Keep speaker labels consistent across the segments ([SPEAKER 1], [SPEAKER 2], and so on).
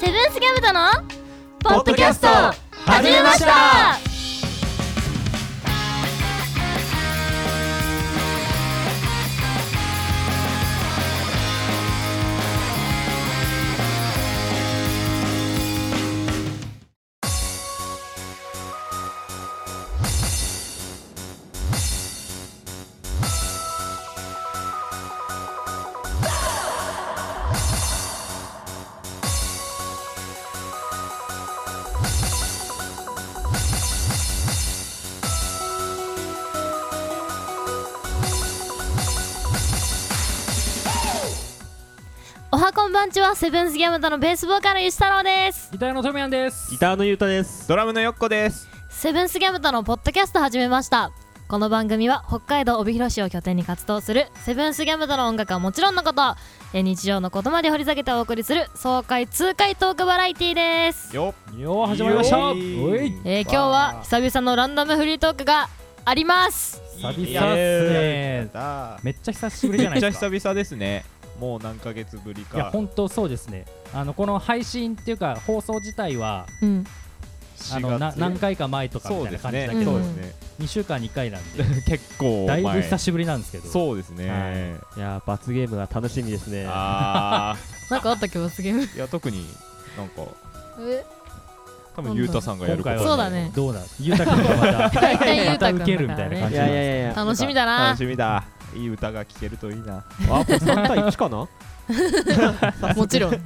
[SPEAKER 1] セブンスギャムとの
[SPEAKER 2] ポッドキャスト始めました
[SPEAKER 1] おはこんばんちはセブンスギャムとのベースボーカルゆし太郎です
[SPEAKER 3] ギターのトミヤンです
[SPEAKER 4] ギターのゆうたです。
[SPEAKER 2] ドラムのよっこです
[SPEAKER 1] セブンスギャムとのポッドキャスト始めましたこの番組は北海道帯広市を拠点に活動するセブンスギャムとの音楽はもちろんのことえ日常のことまで掘り下げてお送りする爽快痛快トークバラエティーです
[SPEAKER 2] よ
[SPEAKER 3] よー始まりました
[SPEAKER 2] よ
[SPEAKER 3] お
[SPEAKER 2] ー
[SPEAKER 3] い
[SPEAKER 1] えー今日は久々のランダムフリートークがあります
[SPEAKER 3] 久々っす
[SPEAKER 2] いいね
[SPEAKER 3] ねめっちゃ久しぶりじゃ
[SPEAKER 2] めっ
[SPEAKER 3] ない
[SPEAKER 2] ちゃ
[SPEAKER 3] ですか
[SPEAKER 2] 久々ですねもう何ヶ月ぶり
[SPEAKER 3] いや
[SPEAKER 2] か
[SPEAKER 3] 本当そうですねあのこの配信っていうか放送自体は
[SPEAKER 1] うん
[SPEAKER 3] あ
[SPEAKER 2] 4
[SPEAKER 3] のな
[SPEAKER 2] 月
[SPEAKER 3] 何回か前とかみ
[SPEAKER 2] そう
[SPEAKER 3] たい
[SPEAKER 2] です
[SPEAKER 3] な感
[SPEAKER 1] うん
[SPEAKER 2] ね
[SPEAKER 3] じだけど、
[SPEAKER 2] そうですね
[SPEAKER 3] 2週間に1回なんで
[SPEAKER 2] 結構
[SPEAKER 3] だいぶ
[SPEAKER 2] 前
[SPEAKER 3] 久しぶりなんですけど
[SPEAKER 2] そうですね
[SPEAKER 4] いやー、罰ゲームが楽しみですね。
[SPEAKER 2] あ
[SPEAKER 1] なんかあった気もする
[SPEAKER 2] ーいや特になんか
[SPEAKER 1] え
[SPEAKER 2] 多分ゆうたさんがやること
[SPEAKER 3] 今回は
[SPEAKER 1] そうだね
[SPEAKER 3] どうなんゆうたくんが また
[SPEAKER 1] 大体ゆ
[SPEAKER 3] ま
[SPEAKER 1] うた
[SPEAKER 3] た
[SPEAKER 1] くんだからね
[SPEAKER 3] 受けるみたいな感じな
[SPEAKER 4] いや
[SPEAKER 3] ん
[SPEAKER 4] いやい
[SPEAKER 3] で
[SPEAKER 4] やいや。
[SPEAKER 1] 楽しみだな
[SPEAKER 2] 楽しみだいい歌が聴けるといいな
[SPEAKER 4] あ、これ3対1かな
[SPEAKER 1] もちろん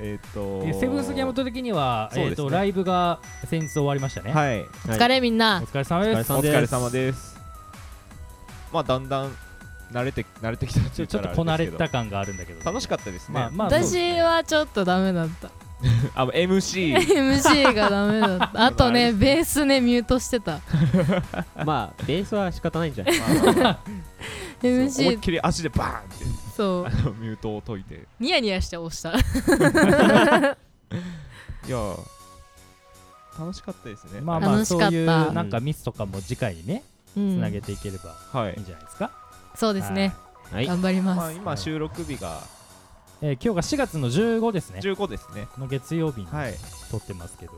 [SPEAKER 2] えっと
[SPEAKER 3] えセブンスギャムと的には、
[SPEAKER 2] そう
[SPEAKER 3] え
[SPEAKER 2] で
[SPEAKER 3] ー、
[SPEAKER 2] すね
[SPEAKER 3] とライブが先日終わりましたね、
[SPEAKER 2] はい
[SPEAKER 1] お疲れみん
[SPEAKER 3] お
[SPEAKER 1] な
[SPEAKER 3] 疲れ様です
[SPEAKER 4] お
[SPEAKER 2] お
[SPEAKER 4] 疲れ様です
[SPEAKER 2] 疲れ様ですまあだんだん慣れて慣れてきた
[SPEAKER 3] ち
[SPEAKER 2] て
[SPEAKER 3] ょちょっと
[SPEAKER 2] 言たら
[SPEAKER 3] こな
[SPEAKER 2] あ
[SPEAKER 3] れ
[SPEAKER 2] ですけど
[SPEAKER 3] た感があるんだけど、
[SPEAKER 2] 楽しかったですね、
[SPEAKER 3] まあまあそうです
[SPEAKER 1] 私はちょっとダメだった
[SPEAKER 2] あの MC
[SPEAKER 1] MC がダメだ ったあとねベースねミュートしてた
[SPEAKER 4] まあ、ベースは仕方ないんじゃない
[SPEAKER 2] そう思いっ
[SPEAKER 1] MC
[SPEAKER 2] きり足でバーンって
[SPEAKER 1] そう
[SPEAKER 2] あのミュートを解いて
[SPEAKER 1] ニヤニヤして押 した
[SPEAKER 2] いやー楽しかったですね
[SPEAKER 3] まあまあ
[SPEAKER 1] 楽しか
[SPEAKER 3] そ
[SPEAKER 1] った
[SPEAKER 3] ういうなんかミスとかも次回にね
[SPEAKER 1] う
[SPEAKER 3] つ
[SPEAKER 1] ん
[SPEAKER 3] なげていければ
[SPEAKER 2] はい
[SPEAKER 3] いいんじゃないですか、
[SPEAKER 1] そうですね
[SPEAKER 4] はい。
[SPEAKER 1] 頑張り
[SPEAKER 2] ま
[SPEAKER 1] ま
[SPEAKER 2] あ
[SPEAKER 1] す
[SPEAKER 2] 今収録日が
[SPEAKER 3] えー今日が4月の15ですね
[SPEAKER 2] 15ですね
[SPEAKER 3] この月曜日に
[SPEAKER 2] はい
[SPEAKER 3] 撮ってますけど、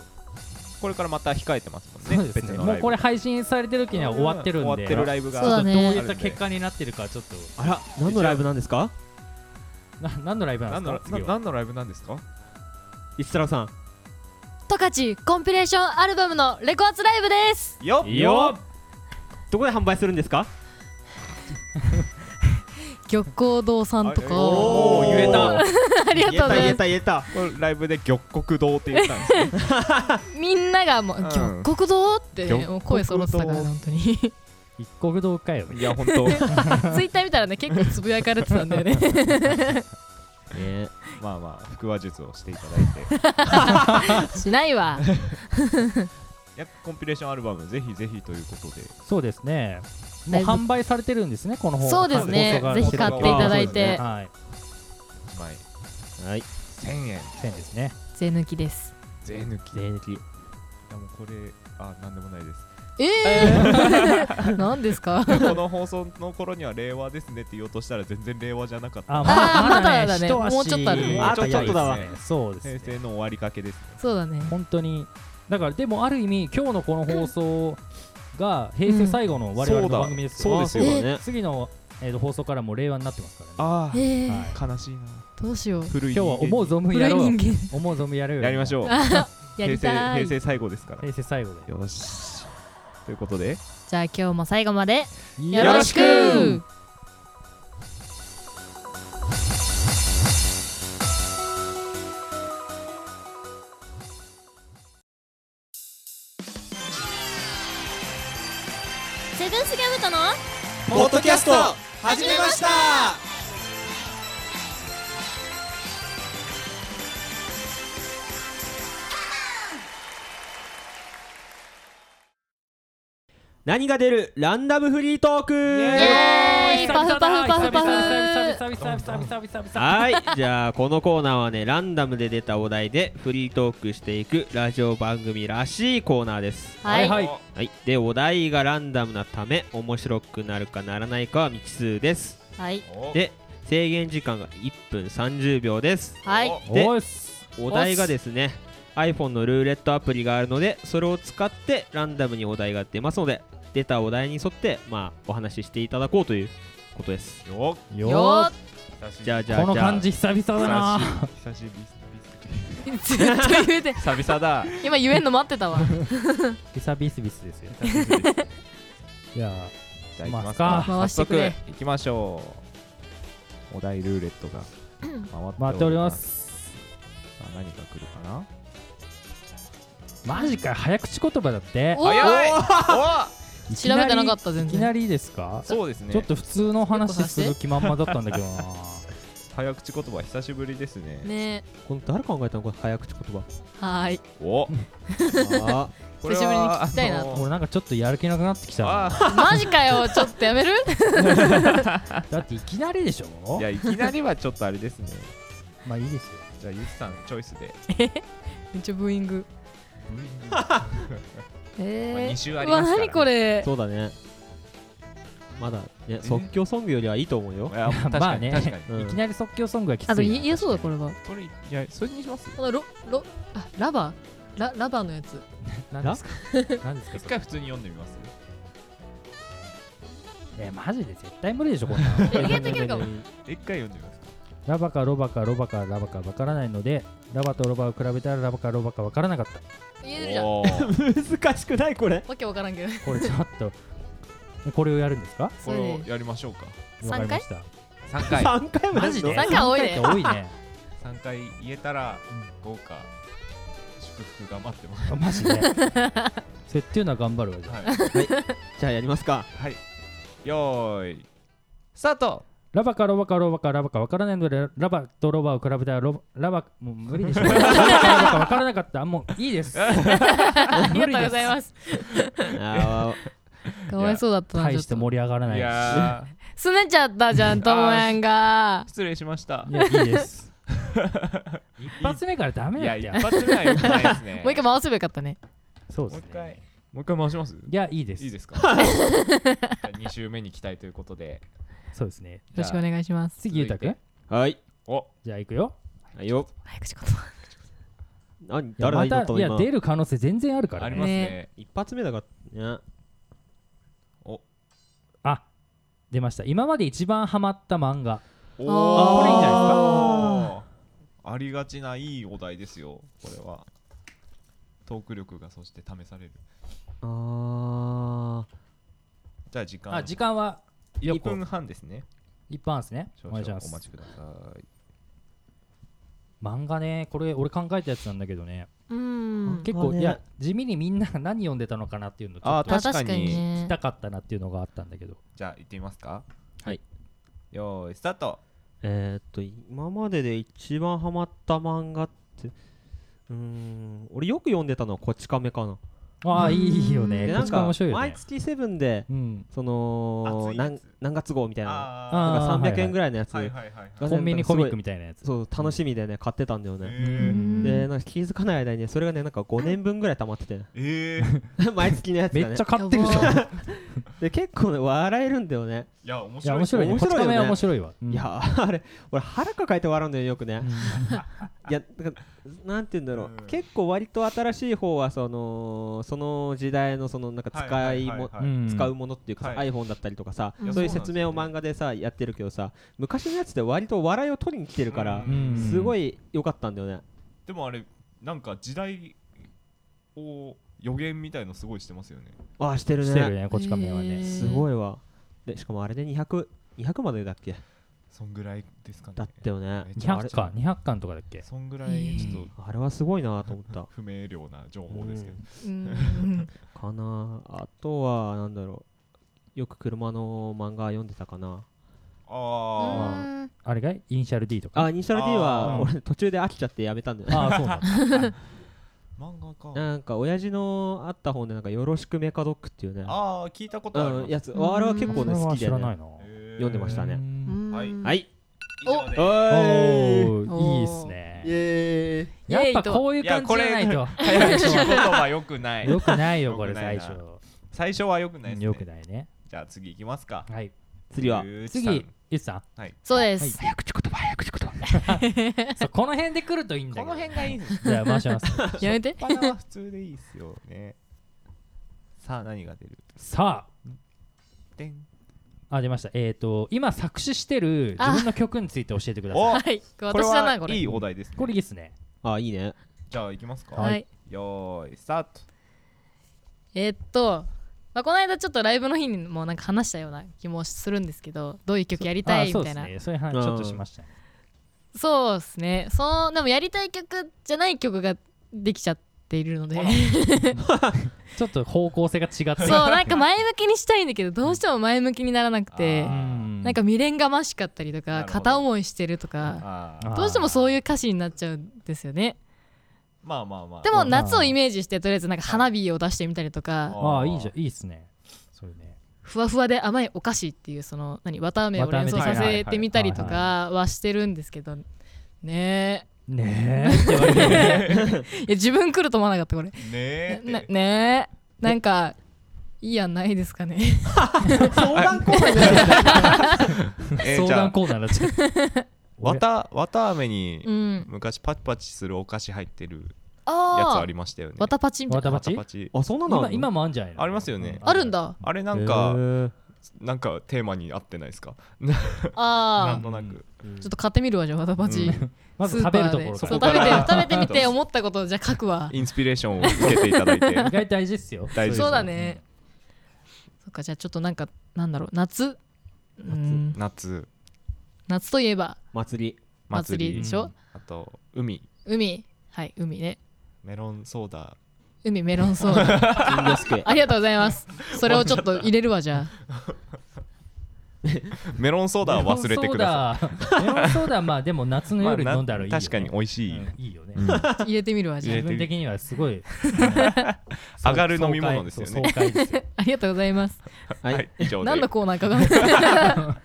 [SPEAKER 2] これからまた控えてますもんね
[SPEAKER 3] そうですね
[SPEAKER 2] 別の
[SPEAKER 3] も
[SPEAKER 2] ラ
[SPEAKER 3] う
[SPEAKER 2] イブ
[SPEAKER 3] これ配信されてる時には終わってるんで
[SPEAKER 2] 終わってるライブが
[SPEAKER 1] そ
[SPEAKER 3] ちょっとどう
[SPEAKER 1] そう
[SPEAKER 3] い
[SPEAKER 2] だ
[SPEAKER 3] っ
[SPEAKER 2] ね
[SPEAKER 3] た結果になってるかちょっと
[SPEAKER 4] あら、何のライブなんですか
[SPEAKER 3] な何のライブなん
[SPEAKER 2] 何
[SPEAKER 3] です
[SPEAKER 2] の
[SPEAKER 3] か次
[SPEAKER 2] な
[SPEAKER 3] は
[SPEAKER 2] 何のライブなんですか
[SPEAKER 4] 石太郎さん。
[SPEAKER 1] トカチコンピレーションアルバムのレコアツライブです
[SPEAKER 2] よっ
[SPEAKER 3] よ
[SPEAKER 4] どこで販売するんですか
[SPEAKER 1] 玉光堂さんと
[SPEAKER 2] あ
[SPEAKER 1] か
[SPEAKER 2] お
[SPEAKER 4] ー言え た
[SPEAKER 1] ありがとう
[SPEAKER 4] 言
[SPEAKER 1] ね
[SPEAKER 4] えた言えた
[SPEAKER 2] これライブで「玉国堂」って言ったんですね
[SPEAKER 1] みんながもう
[SPEAKER 2] うん
[SPEAKER 1] 「玉国堂」ってね
[SPEAKER 2] 玉国堂
[SPEAKER 1] もう声揃ってたから本 当にツ
[SPEAKER 3] 一国道かよ
[SPEAKER 2] いや本当
[SPEAKER 1] イッター見たらね結構つぶやかれてたんだよ ね
[SPEAKER 4] 言えた。
[SPEAKER 2] まあまあ腹話術をしていただいてい
[SPEAKER 1] しないわ
[SPEAKER 2] やコンピレーションアルバムぜひぜひということで
[SPEAKER 3] そうですねもう
[SPEAKER 1] だいぶ
[SPEAKER 3] 販売されてるんですねこの本
[SPEAKER 1] そうですね
[SPEAKER 3] 放送が
[SPEAKER 1] ぜひ買っていただいて
[SPEAKER 3] はい
[SPEAKER 2] 1枚
[SPEAKER 4] えはい。
[SPEAKER 2] 1000円
[SPEAKER 3] 1000ですね
[SPEAKER 1] 税抜きです
[SPEAKER 2] 税抜き
[SPEAKER 4] 税
[SPEAKER 2] い
[SPEAKER 4] 抜き。
[SPEAKER 2] やもうこれあなんでもないです
[SPEAKER 1] え え何ですか
[SPEAKER 2] いやこの放送の頃には令和ですねって言おうとしたら全然令和じゃなかった
[SPEAKER 3] あ
[SPEAKER 1] まだ
[SPEAKER 3] ま
[SPEAKER 1] まだだね
[SPEAKER 3] 一足
[SPEAKER 1] もうちょっとあるね
[SPEAKER 4] あとちょっとだわ
[SPEAKER 2] 早いですね
[SPEAKER 3] そうですね
[SPEAKER 2] 平成の終わりかけですね
[SPEAKER 1] そうだね
[SPEAKER 3] 本当にだからでもある意味今日のこの放送が平成最後の我々の番組ですけど、
[SPEAKER 2] そうだそう
[SPEAKER 1] ですよ
[SPEAKER 4] ね
[SPEAKER 3] 次の、えーと放送からもう令和になってますからね
[SPEAKER 2] あー
[SPEAKER 1] ええ
[SPEAKER 3] はい
[SPEAKER 2] 悲しいな
[SPEAKER 1] どうしよう
[SPEAKER 2] 古い
[SPEAKER 3] 今日は思う存分
[SPEAKER 1] 古
[SPEAKER 3] や
[SPEAKER 1] い
[SPEAKER 3] ろう
[SPEAKER 1] 人間
[SPEAKER 3] 思う存分やるよ
[SPEAKER 2] やりましょう
[SPEAKER 1] あや
[SPEAKER 2] 平
[SPEAKER 1] り
[SPEAKER 2] 成
[SPEAKER 1] たい
[SPEAKER 2] 平
[SPEAKER 1] じ
[SPEAKER 2] 成最後ですから
[SPEAKER 3] 平成最後で
[SPEAKER 2] よしということで
[SPEAKER 1] ゃあ今日も最後までよ
[SPEAKER 3] よ
[SPEAKER 1] ろしくセブンスギャムとの
[SPEAKER 4] ポッドキャスト
[SPEAKER 1] 始めました
[SPEAKER 4] 何が出るランダムフリートーク
[SPEAKER 1] エーイパフパフパフパフ
[SPEAKER 3] フ
[SPEAKER 4] はいじゃあこのコーナーはねランダムで出たお題でフリートークしていくラジオ番組らしいコーナーです
[SPEAKER 1] はい
[SPEAKER 3] はい
[SPEAKER 4] はい、でお題がランダムなため面白くなるかならないかは未知数です
[SPEAKER 1] はい
[SPEAKER 2] お
[SPEAKER 4] で制限時間が1分30秒です
[SPEAKER 5] はい
[SPEAKER 2] お
[SPEAKER 4] で
[SPEAKER 3] おいっす
[SPEAKER 4] お題がですね iPhone のルーレットアプリがあるのでそれを使ってランダムにお題が出ますので出たお題に沿ってまあお話ししていただこうということです
[SPEAKER 2] よ
[SPEAKER 5] よ
[SPEAKER 3] よ
[SPEAKER 5] ー
[SPEAKER 2] 久しぶり
[SPEAKER 4] じゃあじゃ
[SPEAKER 3] こ
[SPEAKER 4] あ
[SPEAKER 3] の
[SPEAKER 4] じゃあ
[SPEAKER 3] 感じ久々だな
[SPEAKER 2] 久しぶり久しぶ
[SPEAKER 5] ずっと言うて
[SPEAKER 2] り久々だ
[SPEAKER 5] 今言えんの待ってたわ
[SPEAKER 3] ビサビスビスですよ
[SPEAKER 2] 久しぶりです
[SPEAKER 3] じゃあ
[SPEAKER 2] じゃあ行きます
[SPEAKER 3] ま
[SPEAKER 2] か
[SPEAKER 3] あ
[SPEAKER 5] 回してくれ
[SPEAKER 2] 早速行きましょうお題ルーレットが
[SPEAKER 3] 待
[SPEAKER 2] 回
[SPEAKER 3] っております
[SPEAKER 2] さあ何が来るかな
[SPEAKER 3] マジかよ早口言葉だって
[SPEAKER 5] お
[SPEAKER 2] 早い
[SPEAKER 5] ー
[SPEAKER 2] お
[SPEAKER 3] い
[SPEAKER 5] 調
[SPEAKER 3] きな
[SPEAKER 5] べ
[SPEAKER 3] り
[SPEAKER 5] てなかった全
[SPEAKER 3] いき
[SPEAKER 5] 然
[SPEAKER 3] なりですか
[SPEAKER 2] そうですね
[SPEAKER 3] ちょっと普通の話す
[SPEAKER 5] よ
[SPEAKER 3] る
[SPEAKER 5] く
[SPEAKER 3] 気満々だったんだけどな
[SPEAKER 2] 早口言葉久しぶりですね
[SPEAKER 5] ね
[SPEAKER 4] この誰考えたのこれ早口言
[SPEAKER 5] はーい
[SPEAKER 2] お
[SPEAKER 4] 葉あ
[SPEAKER 5] 久しぶりに聞きたいなと
[SPEAKER 3] 俺なんかちょっとやる気なくなってきたな
[SPEAKER 2] あー
[SPEAKER 5] マジかよちょっとやめる
[SPEAKER 3] だっていきなりでしょ
[SPEAKER 2] いやいきなりはちょっとあれですね
[SPEAKER 3] まあいいですよ
[SPEAKER 2] じゃあゆきさんチョイス で
[SPEAKER 5] めっちゃブーイング
[SPEAKER 2] まあ
[SPEAKER 5] え
[SPEAKER 2] 二
[SPEAKER 5] ー
[SPEAKER 2] 周
[SPEAKER 5] う
[SPEAKER 2] あ
[SPEAKER 5] わ
[SPEAKER 2] りますからね
[SPEAKER 5] 何こ れ
[SPEAKER 4] そうだねまだね即興ソングよりはいいと思うよ
[SPEAKER 2] いや確かに
[SPEAKER 3] まあね
[SPEAKER 2] 確かに
[SPEAKER 4] うん
[SPEAKER 3] いきなり即興ソングがきついな
[SPEAKER 5] あと言えそうだこれは
[SPEAKER 2] これいやそれにします
[SPEAKER 5] このロロあラバーララバーのやつ
[SPEAKER 3] 何ですか 何です
[SPEAKER 2] 一
[SPEAKER 3] かそれ
[SPEAKER 2] 回普通に読んでみます
[SPEAKER 3] いやマジで絶対無理でしょこんなの
[SPEAKER 5] 意外といけるかも
[SPEAKER 2] 一回読んでみます
[SPEAKER 3] ラバかロバかロバかラバかわからないのでラバとロバを比べたらラバかロバかわからなかった
[SPEAKER 5] 言えるじゃんわ
[SPEAKER 2] おー
[SPEAKER 4] 難しくないこれ
[SPEAKER 5] けわからんけど
[SPEAKER 3] これちょっと これをやるんですかわ
[SPEAKER 2] これをやりましょうか
[SPEAKER 5] 三回
[SPEAKER 3] かりました
[SPEAKER 2] 三回
[SPEAKER 4] 3回もやるの
[SPEAKER 3] マジで
[SPEAKER 5] 三回多いね
[SPEAKER 3] 三回って多い ね
[SPEAKER 2] 三回言えたら豪華祝福が待ってます
[SPEAKER 3] マジでそれっていうのは頑張るわじゃあ
[SPEAKER 2] はい
[SPEAKER 4] じゃあやりますか
[SPEAKER 2] はいよーいスター ト
[SPEAKER 3] ラバかロバかロバかラバかわからないのでラバとロバを比べたらロバラバもう無理でしょラバかロバかわからなかったもういいです
[SPEAKER 5] ありがとう
[SPEAKER 3] 無理で
[SPEAKER 5] ご
[SPEAKER 3] す
[SPEAKER 5] ざいます
[SPEAKER 4] あ
[SPEAKER 5] かわいそうだったな
[SPEAKER 3] 大し
[SPEAKER 5] ち
[SPEAKER 3] て
[SPEAKER 5] ょっと
[SPEAKER 3] 盛り上がらない
[SPEAKER 2] い
[SPEAKER 3] し
[SPEAKER 2] やー
[SPEAKER 5] すねちゃったじゃんともやんが
[SPEAKER 2] 失礼しました
[SPEAKER 3] いやいいです 一発目からダ
[SPEAKER 2] い
[SPEAKER 3] メだ
[SPEAKER 2] や
[SPEAKER 3] って
[SPEAKER 2] 一発目は良くないですね
[SPEAKER 5] もう一回回せばよかったね
[SPEAKER 3] そうで
[SPEAKER 2] もう
[SPEAKER 3] す
[SPEAKER 2] 一回
[SPEAKER 3] ね
[SPEAKER 2] もう一回回します
[SPEAKER 3] いやいいです
[SPEAKER 2] いいですかじ ゃあ二週目に期待ということで
[SPEAKER 3] そうですね
[SPEAKER 5] よろしくお願いします
[SPEAKER 3] 次ゆうたくん
[SPEAKER 2] 続
[SPEAKER 4] ーはい
[SPEAKER 2] お
[SPEAKER 3] じゃあ行くよ
[SPEAKER 4] はいよ
[SPEAKER 5] 早口言葉
[SPEAKER 4] あ
[SPEAKER 3] いや
[SPEAKER 4] 誰だ
[SPEAKER 3] ま
[SPEAKER 4] 今
[SPEAKER 3] たいや
[SPEAKER 4] 今
[SPEAKER 3] 出る可能性全然あるか
[SPEAKER 2] あ
[SPEAKER 3] ら
[SPEAKER 2] り
[SPEAKER 3] ね
[SPEAKER 2] ますね
[SPEAKER 4] 一発目だからね
[SPEAKER 3] あ出ました今まで一番ハマった漫画
[SPEAKER 2] お
[SPEAKER 5] あ
[SPEAKER 3] ーこれいいんじゃないです
[SPEAKER 5] か
[SPEAKER 2] ありがちないいお題ですよこれはトーク力がそして試される
[SPEAKER 4] あ
[SPEAKER 2] じゃあ時間
[SPEAKER 3] あ時間はよ
[SPEAKER 2] 1
[SPEAKER 3] く
[SPEAKER 2] 分半ですね
[SPEAKER 3] 一般ですね
[SPEAKER 2] 少
[SPEAKER 3] お
[SPEAKER 2] 々
[SPEAKER 3] 願いしま
[SPEAKER 2] お
[SPEAKER 3] す
[SPEAKER 2] 待ちください
[SPEAKER 3] 漫画ねこれ俺考えたやつなんだけどね
[SPEAKER 5] うーん
[SPEAKER 3] 結構いや地味にみんなが何読んでたのかなっていうのちょ
[SPEAKER 2] あー
[SPEAKER 3] っと
[SPEAKER 5] まあ
[SPEAKER 2] 確かに
[SPEAKER 5] ね
[SPEAKER 3] 聞きたかったなっていうのがあったんだけど
[SPEAKER 2] じゃあ行ってみますか
[SPEAKER 4] はい
[SPEAKER 2] よーいスタート
[SPEAKER 4] えー、っと今までで一番ハマった漫画ってうーん俺よく読んでたのは「こち亀」かな。
[SPEAKER 3] ああいいよね
[SPEAKER 4] で
[SPEAKER 3] こ
[SPEAKER 4] な
[SPEAKER 3] っ
[SPEAKER 4] ん
[SPEAKER 3] ちも
[SPEAKER 4] か
[SPEAKER 3] 面白いよ
[SPEAKER 4] 毎
[SPEAKER 3] ね
[SPEAKER 4] 月セブンで
[SPEAKER 3] うん
[SPEAKER 4] その
[SPEAKER 2] 熱いやつ
[SPEAKER 4] 何何月号みたいな
[SPEAKER 3] あ
[SPEAKER 2] あ
[SPEAKER 4] なんか
[SPEAKER 3] ー
[SPEAKER 4] 300円ぐらいのやつ
[SPEAKER 2] ーはい
[SPEAKER 4] が
[SPEAKER 2] はいはい
[SPEAKER 3] コンビニコミックみたいなやつ
[SPEAKER 4] すごいそう楽しみでね買ってたんだよ
[SPEAKER 2] はい
[SPEAKER 4] ね。
[SPEAKER 5] うー
[SPEAKER 2] え
[SPEAKER 5] ん
[SPEAKER 4] でなんか気づかない間にねそれがねなんか5年分ぐらい溜まってて ね
[SPEAKER 2] ーえー
[SPEAKER 4] 毎月のやつ
[SPEAKER 3] め
[SPEAKER 4] が
[SPEAKER 3] っ
[SPEAKER 4] ね
[SPEAKER 3] ちゃ買ってるじ
[SPEAKER 5] や
[SPEAKER 3] ゃんい
[SPEAKER 4] で結構ね笑えるんだよね。
[SPEAKER 2] いや面
[SPEAKER 3] や
[SPEAKER 2] 白い
[SPEAKER 3] 面白いねこっち
[SPEAKER 4] 面白いよね
[SPEAKER 3] 亀は面白いわうん
[SPEAKER 4] いやあれ俺腹抱えて笑うんだよよくね。いやだからなんて言うんだろう、
[SPEAKER 2] うん
[SPEAKER 4] 結構割と新しい方はそのその時代のそのなんか使いも
[SPEAKER 2] ははは
[SPEAKER 3] ん
[SPEAKER 4] 使うものっていうかさ、
[SPEAKER 2] はい
[SPEAKER 4] iPhone だったりとかさ、
[SPEAKER 5] うん
[SPEAKER 4] そういう説明を漫画でさやってるけどさ昔のやつって割と笑いを取りに来てるから、
[SPEAKER 3] うん
[SPEAKER 4] すごい良かったんだよね、
[SPEAKER 2] でもあれなんか時代を予言みたいのすごいしてますよね
[SPEAKER 4] わあしてるね
[SPEAKER 3] してるねこっち亀は
[SPEAKER 5] へ
[SPEAKER 3] ね
[SPEAKER 5] ー
[SPEAKER 4] すごいわでしかもあれで200 200までだっけ
[SPEAKER 2] そんぐらいですかね
[SPEAKER 4] だったよね
[SPEAKER 2] めちゃく
[SPEAKER 3] 200
[SPEAKER 2] ちゃ
[SPEAKER 3] 巻200巻とかだっけ
[SPEAKER 2] そんぐらいちょっと
[SPEAKER 4] あれはすごいなと思った
[SPEAKER 2] 不明瞭な情報ですけど
[SPEAKER 5] うーん
[SPEAKER 4] かなあとはなんだろうよく車の漫画読んでたかな
[SPEAKER 5] う
[SPEAKER 2] あ
[SPEAKER 4] まあ
[SPEAKER 5] ーん
[SPEAKER 3] あれがいイニシャル D とか
[SPEAKER 4] あイニシャル D
[SPEAKER 2] あ
[SPEAKER 4] は
[SPEAKER 2] ー
[SPEAKER 4] 俺途中で飽きちゃってやめたんだよね
[SPEAKER 3] ああそうなんだ
[SPEAKER 2] あ漫画か
[SPEAKER 4] なんか親父のあった本でなんかよろしくメカドックっていうね
[SPEAKER 2] ああ聞いたことある
[SPEAKER 4] うんやつあれは結構ね
[SPEAKER 3] それ
[SPEAKER 4] 好
[SPEAKER 3] は
[SPEAKER 4] き
[SPEAKER 3] 知
[SPEAKER 4] で
[SPEAKER 3] らない
[SPEAKER 4] ね
[SPEAKER 3] な
[SPEAKER 4] 読んでましたね
[SPEAKER 3] うん
[SPEAKER 5] うーん
[SPEAKER 4] はい
[SPEAKER 2] お
[SPEAKER 4] おー
[SPEAKER 3] おおいいっすね
[SPEAKER 4] イエーイ
[SPEAKER 3] やっぱこういう感じじゃないと
[SPEAKER 2] 早口言葉よくない
[SPEAKER 3] よくないよこれ
[SPEAKER 2] よくない
[SPEAKER 3] 最
[SPEAKER 2] な
[SPEAKER 3] 初
[SPEAKER 2] 最初はよくないですね
[SPEAKER 3] よくないね
[SPEAKER 2] じゃあ次行きますか
[SPEAKER 3] はい
[SPEAKER 4] 次は
[SPEAKER 2] ゆういちさん
[SPEAKER 3] 次、ゆっさ
[SPEAKER 1] そうです、
[SPEAKER 4] 早口言葉早口言葉
[SPEAKER 3] ん。 そうこの辺で来るといいんだ
[SPEAKER 2] こ
[SPEAKER 3] けど
[SPEAKER 2] の。辺がいいんです
[SPEAKER 3] じゃあ回します。
[SPEAKER 1] やめて
[SPEAKER 2] バナは普通でいいですよねさあ何が出る
[SPEAKER 3] さあ。
[SPEAKER 2] でん
[SPEAKER 3] あ出ました、えー、と今作詞してる自分の曲について教えてください
[SPEAKER 2] お
[SPEAKER 1] はい
[SPEAKER 2] これ
[SPEAKER 1] 私じゃないこ
[SPEAKER 2] は
[SPEAKER 1] れ
[SPEAKER 2] いいお題ですね
[SPEAKER 3] これいいですね
[SPEAKER 4] あいいね
[SPEAKER 2] じゃあ行きますか
[SPEAKER 1] はい、
[SPEAKER 2] よーいスタート
[SPEAKER 1] えーっと、まあ、この間ちょっとライブの日にもなんか話したような気もするんですけどどういう曲やりたいみた
[SPEAKER 3] あそ
[SPEAKER 1] いう
[SPEAKER 3] です
[SPEAKER 1] な
[SPEAKER 3] ねそういう話ちょっとしましたね
[SPEAKER 1] そうですねそのでもやりたい曲じゃない曲ができちゃっているので
[SPEAKER 3] ちょっと方向性が違って
[SPEAKER 1] そうなんか前向きにしたいんだけどどうしても前向きにならなくて
[SPEAKER 2] あ
[SPEAKER 3] ん
[SPEAKER 1] なんか未練がましかったりと
[SPEAKER 2] な
[SPEAKER 1] か
[SPEAKER 2] るほど
[SPEAKER 1] 片思いしてるとか
[SPEAKER 2] あ
[SPEAKER 3] あ
[SPEAKER 2] ー
[SPEAKER 1] どうしてもそういう歌詞になっちゃうんですよね
[SPEAKER 2] まあまあまあ
[SPEAKER 1] でも
[SPEAKER 3] まあ
[SPEAKER 1] 夏をイメージしてとりあえずなんか花火を出してみたりとか
[SPEAKER 3] ああいいじゃんいいっすねそういうね
[SPEAKER 1] ふわふわで甘いお菓子っていうその何綿あめを連想さ
[SPEAKER 2] 綿あめ
[SPEAKER 1] せ
[SPEAKER 2] ですね
[SPEAKER 1] てみたりとかはしてるんですけどね
[SPEAKER 3] ねえって言われてもね
[SPEAKER 1] えいや自分来ると思わなかったこれ
[SPEAKER 2] ねえ
[SPEAKER 1] なねえなんかいいやんないですかね
[SPEAKER 2] 相談コーナーじゃない
[SPEAKER 3] 相談コーナーになっちゃう
[SPEAKER 2] わたわたあめに
[SPEAKER 1] うん
[SPEAKER 2] 昔パチパチするお菓子入ってるやつ
[SPEAKER 1] あ
[SPEAKER 2] あ
[SPEAKER 1] あ
[SPEAKER 2] りましたよね
[SPEAKER 1] わたパチみたい
[SPEAKER 3] わ
[SPEAKER 1] な
[SPEAKER 3] たパ
[SPEAKER 2] わた
[SPEAKER 3] チ
[SPEAKER 2] チ
[SPEAKER 4] あそんなのあ
[SPEAKER 3] 今
[SPEAKER 4] るの
[SPEAKER 3] 今もあるんじゃないの
[SPEAKER 2] ありますよね
[SPEAKER 1] あるんだ
[SPEAKER 2] あれな
[SPEAKER 4] なん
[SPEAKER 2] かなんかテーマに合ってないですかなん
[SPEAKER 1] ああ
[SPEAKER 2] となく
[SPEAKER 1] ちょっと買ってみるわじゃあわたパチ、
[SPEAKER 2] うん
[SPEAKER 3] まず
[SPEAKER 1] スー
[SPEAKER 3] 食
[SPEAKER 1] パ
[SPEAKER 3] べ
[SPEAKER 1] ー
[SPEAKER 3] る
[SPEAKER 1] で
[SPEAKER 3] ところ
[SPEAKER 1] そ
[SPEAKER 3] か
[SPEAKER 1] う
[SPEAKER 3] ら
[SPEAKER 1] 食べ
[SPEAKER 2] ここ
[SPEAKER 1] て
[SPEAKER 2] から
[SPEAKER 1] 食べてみて思ったことをじゃあ書くわ
[SPEAKER 2] インスピレーションを受けていただいて
[SPEAKER 3] 意外と大事っすよ
[SPEAKER 2] 大事です
[SPEAKER 1] そうだねそっかじゃあちょっとなんかなんだろう夏うん
[SPEAKER 2] 夏
[SPEAKER 1] 夏といえば
[SPEAKER 4] 祭り
[SPEAKER 1] 祭りでしょ、
[SPEAKER 2] あと海
[SPEAKER 1] 海はい海ね
[SPEAKER 2] メロンソーダ
[SPEAKER 1] 海メロンソー ダ
[SPEAKER 4] 金魚すけ
[SPEAKER 1] ありがとうございますそれをちょっと入れるわじゃあ
[SPEAKER 2] メロンソーダは忘れてくださ
[SPEAKER 3] さいメロンソーダはまあでも夏
[SPEAKER 2] い
[SPEAKER 3] の
[SPEAKER 2] まあ
[SPEAKER 3] 夜
[SPEAKER 2] な
[SPEAKER 3] 飲んだらいいよね
[SPEAKER 2] 確かに美味しい、
[SPEAKER 3] うんいいよね
[SPEAKER 2] うん
[SPEAKER 1] 入れてみるわじゃあ
[SPEAKER 3] 自分的にはすごい
[SPEAKER 2] 上がる飲み物ですよね
[SPEAKER 3] そう爽快ですよ
[SPEAKER 1] ありがとうございます
[SPEAKER 4] は
[SPEAKER 2] はい
[SPEAKER 4] い
[SPEAKER 2] 以上で
[SPEAKER 1] 何のコーナーかが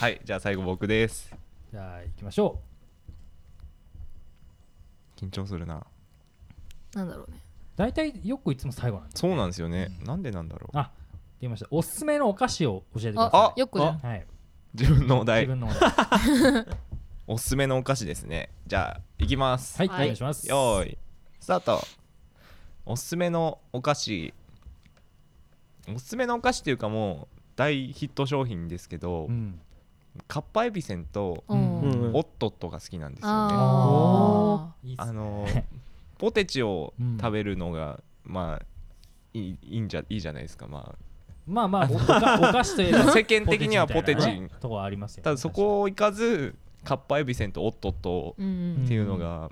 [SPEAKER 2] はいじゃあ最後僕です
[SPEAKER 3] じゃあ行きましょう
[SPEAKER 2] 緊張するな
[SPEAKER 1] なんだろうね
[SPEAKER 3] 大体よくいつも最後なんです
[SPEAKER 2] そうなんですよね、なんでなんだろう
[SPEAKER 3] あ出ましたおすすめのお菓子を教えてくだ
[SPEAKER 1] あ
[SPEAKER 3] さい
[SPEAKER 1] よっこじゃん
[SPEAKER 3] はい
[SPEAKER 2] 自分のお
[SPEAKER 3] 自
[SPEAKER 2] 題
[SPEAKER 3] 分の
[SPEAKER 2] おすすめのお菓子ですねじゃあいきます、
[SPEAKER 3] はいお
[SPEAKER 1] はい
[SPEAKER 3] 願いします
[SPEAKER 2] よーいスタートおすすめのお菓子おすすめのお菓子っていうかもう大ヒット商品ですけど、
[SPEAKER 3] うん
[SPEAKER 2] カッパエビせんと
[SPEAKER 1] う
[SPEAKER 3] うん
[SPEAKER 1] ん
[SPEAKER 2] オットットが好きなんですよね
[SPEAKER 1] あー
[SPEAKER 3] おーいいっす
[SPEAKER 2] あ
[SPEAKER 3] ね
[SPEAKER 2] の ーポテチを食べるのが、まあいいいいんじゃいいじゃないですかまあ
[SPEAKER 3] まあまあおおかお菓子といえば
[SPEAKER 2] 世間的にはポテチ
[SPEAKER 3] みたいなねとこはありますよね
[SPEAKER 2] ただそこを行かずかっぱえびせんとおっとっと
[SPEAKER 1] うんう
[SPEAKER 3] うん
[SPEAKER 1] ん
[SPEAKER 2] っていうのが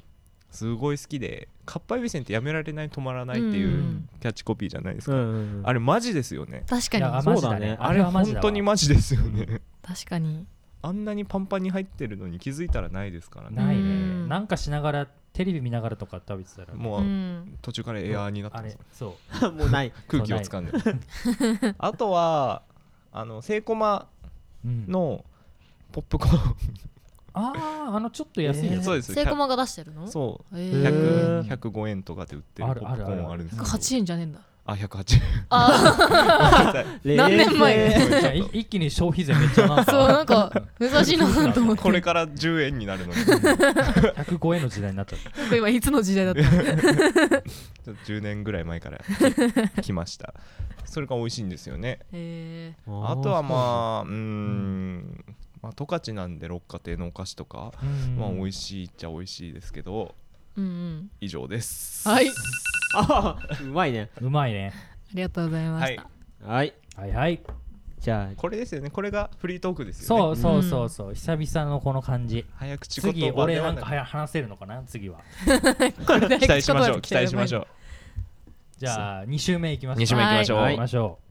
[SPEAKER 2] すごい好きでかっぱえびせんってやめられない止まらないっていううんキャッチコピーじゃないです
[SPEAKER 4] う
[SPEAKER 2] か、
[SPEAKER 4] んうんうん
[SPEAKER 2] あれマジですよね
[SPEAKER 1] 確
[SPEAKER 3] 確かにいや
[SPEAKER 1] か
[SPEAKER 3] あ
[SPEAKER 1] に
[SPEAKER 4] ま
[SPEAKER 3] マジだ
[SPEAKER 4] そうだ
[SPEAKER 3] ね
[SPEAKER 4] ね
[SPEAKER 3] あ
[SPEAKER 2] あ
[SPEAKER 3] れ
[SPEAKER 2] れ
[SPEAKER 3] はマジ
[SPEAKER 2] 本
[SPEAKER 3] だわ
[SPEAKER 2] 当にマジですよね、
[SPEAKER 1] 確かに
[SPEAKER 2] あんなにパンパンに入ってるのに気づいたらないですからね、
[SPEAKER 3] ないね
[SPEAKER 1] うん
[SPEAKER 3] なんかしながらテレビ見ながらとか食べてたら
[SPEAKER 2] も
[SPEAKER 1] う
[SPEAKER 2] うん途中からエアーになって
[SPEAKER 3] あ
[SPEAKER 2] ます
[SPEAKER 3] れそう
[SPEAKER 4] もうない
[SPEAKER 2] 空気を掴んで あとはあのセイコマ
[SPEAKER 3] うん
[SPEAKER 2] のポップコーン
[SPEAKER 3] あああのちょっと安いやつ
[SPEAKER 2] そうです
[SPEAKER 1] セイコマが出してるの
[SPEAKER 2] そうう
[SPEAKER 1] へ
[SPEAKER 4] えー
[SPEAKER 2] 100 105円とかで売ってるポ
[SPEAKER 3] ある
[SPEAKER 2] ップコーンあるんですけど
[SPEAKER 1] 108円じゃねえ んだ
[SPEAKER 2] あ108円
[SPEAKER 1] あ何年前
[SPEAKER 4] 冷静
[SPEAKER 3] じゃあい一気に消費税めっちゃな
[SPEAKER 1] あそうなんか珍しいなと思って
[SPEAKER 2] これから10円になるのにちょっ
[SPEAKER 3] 105円の時代になっちゃった
[SPEAKER 1] なんか今いつの時代だ った
[SPEAKER 2] と10年ぐらい前から来ましたそれが美味しいんですよね
[SPEAKER 1] え
[SPEAKER 2] あとはまあうーんまあ十勝なんで六花亭のお菓子とかまあ美味しいっちゃ美味しいですけど
[SPEAKER 1] うんうん
[SPEAKER 2] 以上です
[SPEAKER 1] はい
[SPEAKER 4] あー うまいね
[SPEAKER 3] うまいね
[SPEAKER 1] ありがとうございま
[SPEAKER 2] は
[SPEAKER 1] し
[SPEAKER 2] い
[SPEAKER 1] た
[SPEAKER 4] はい
[SPEAKER 3] はいはい
[SPEAKER 4] じゃあ
[SPEAKER 2] これですよねこれがフリートークですよね
[SPEAKER 3] そうそうそうそう久々のこの感じ
[SPEAKER 2] 早口言
[SPEAKER 3] 次
[SPEAKER 2] 葉
[SPEAKER 3] 俺
[SPEAKER 2] で
[SPEAKER 3] な
[SPEAKER 2] は
[SPEAKER 3] ん
[SPEAKER 2] な
[SPEAKER 3] か
[SPEAKER 2] く
[SPEAKER 3] はや話せるのかな次は
[SPEAKER 2] 期待し ましょう期待しましょ
[SPEAKER 1] う
[SPEAKER 2] う
[SPEAKER 3] じゃあ2周目いきますか
[SPEAKER 2] 二週目いきましょう、
[SPEAKER 4] は
[SPEAKER 3] 行きましょう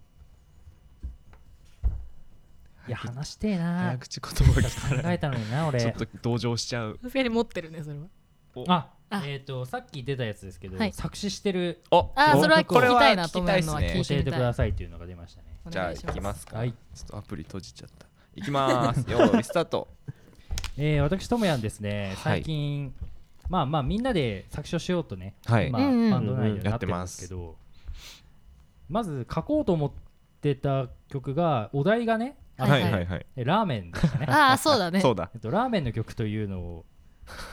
[SPEAKER 3] いや話してえな
[SPEAKER 2] 早口言葉聞
[SPEAKER 3] 考
[SPEAKER 2] かない
[SPEAKER 3] えたのにな
[SPEAKER 2] ちょっ
[SPEAKER 3] 俺
[SPEAKER 2] と同情しちゃう
[SPEAKER 1] さすがに持ってるねそれは
[SPEAKER 3] あ
[SPEAKER 1] あ
[SPEAKER 3] えっとさっき出たやつですけど
[SPEAKER 1] はい
[SPEAKER 3] 作詞してる
[SPEAKER 2] お
[SPEAKER 1] あ
[SPEAKER 3] ー
[SPEAKER 1] それは
[SPEAKER 3] こ
[SPEAKER 1] 聞
[SPEAKER 3] れ
[SPEAKER 1] き
[SPEAKER 3] は
[SPEAKER 1] たいなと思うのは
[SPEAKER 2] 聞きた
[SPEAKER 1] 聞
[SPEAKER 2] い
[SPEAKER 3] 教
[SPEAKER 2] っ
[SPEAKER 1] いてみ
[SPEAKER 3] えてく
[SPEAKER 1] た
[SPEAKER 3] だ
[SPEAKER 1] い
[SPEAKER 3] さいっていうのが出ましたね
[SPEAKER 1] お
[SPEAKER 2] じゃあ
[SPEAKER 1] 願いし
[SPEAKER 2] 行き
[SPEAKER 1] ま
[SPEAKER 2] ますすか、
[SPEAKER 3] はい
[SPEAKER 2] ちょっとアプリ閉じちゃった行きま ーすよーいスタート
[SPEAKER 3] えー私ともやんですね
[SPEAKER 2] はい
[SPEAKER 3] 最近まあまあみんなで作詞をしようとね
[SPEAKER 2] はい
[SPEAKER 3] ま
[SPEAKER 1] う
[SPEAKER 3] あ、
[SPEAKER 1] んうん
[SPEAKER 3] バンド内ではなってますけど、まず書こうと思ってた曲がお題がね
[SPEAKER 5] はい
[SPEAKER 2] はいはいはい
[SPEAKER 3] えラ ーメンでしたね
[SPEAKER 5] ああそうだね
[SPEAKER 2] そうだ
[SPEAKER 3] えっとラーメンの曲というのを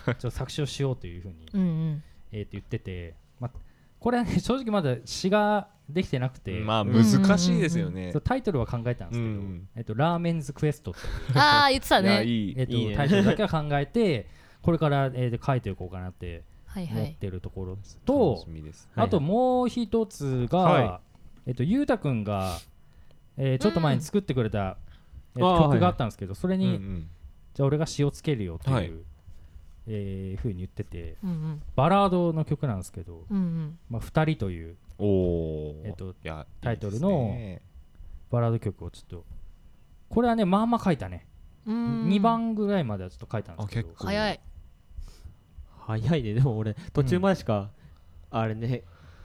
[SPEAKER 3] ちょっと作詞をしようというふうに、
[SPEAKER 5] うんうん
[SPEAKER 3] えーと言ってて、ま、これはね正直まだ詞ができてなくて、
[SPEAKER 2] まあ
[SPEAKER 5] ん
[SPEAKER 2] 難しいですよね
[SPEAKER 3] そうタイトルは考えたんですけ
[SPEAKER 2] う
[SPEAKER 3] ど、
[SPEAKER 2] ん
[SPEAKER 3] えっと、ラーメンズクエストっていう、
[SPEAKER 5] ああ言ってた
[SPEAKER 2] いや
[SPEAKER 5] ね
[SPEAKER 2] いい
[SPEAKER 3] えっと
[SPEAKER 4] いいね
[SPEAKER 3] タイトルだけは考えてこれから、えーと書いていこうかなって
[SPEAKER 5] はいは
[SPEAKER 3] 思っ
[SPEAKER 5] い
[SPEAKER 3] てるところと、
[SPEAKER 2] 楽しみです
[SPEAKER 3] あともう一つが、
[SPEAKER 2] は
[SPEAKER 3] えっとゆうたくんが、えーちょっと前に作ってくれた、えー
[SPEAKER 4] あー
[SPEAKER 3] 曲があったんですけど、それ
[SPEAKER 2] うん
[SPEAKER 3] に、
[SPEAKER 2] うん
[SPEAKER 3] じゃあ俺が詞をつけるよという、
[SPEAKER 2] はい
[SPEAKER 3] えーふうに言ってて
[SPEAKER 5] うんうん
[SPEAKER 3] バラードの曲なんですけど「
[SPEAKER 5] うんうん
[SPEAKER 3] まあ、二人」という
[SPEAKER 2] おお
[SPEAKER 3] えっとタ
[SPEAKER 2] タ
[SPEAKER 3] イトルのバラード曲をちょっとこれはねまあまあ書いたね、
[SPEAKER 5] うん
[SPEAKER 3] 2番ぐらいまではちょっと書いたんですけ
[SPEAKER 2] あ
[SPEAKER 3] ど
[SPEAKER 2] 結構
[SPEAKER 5] 早い
[SPEAKER 4] 早いねでも俺途中までしか、あれね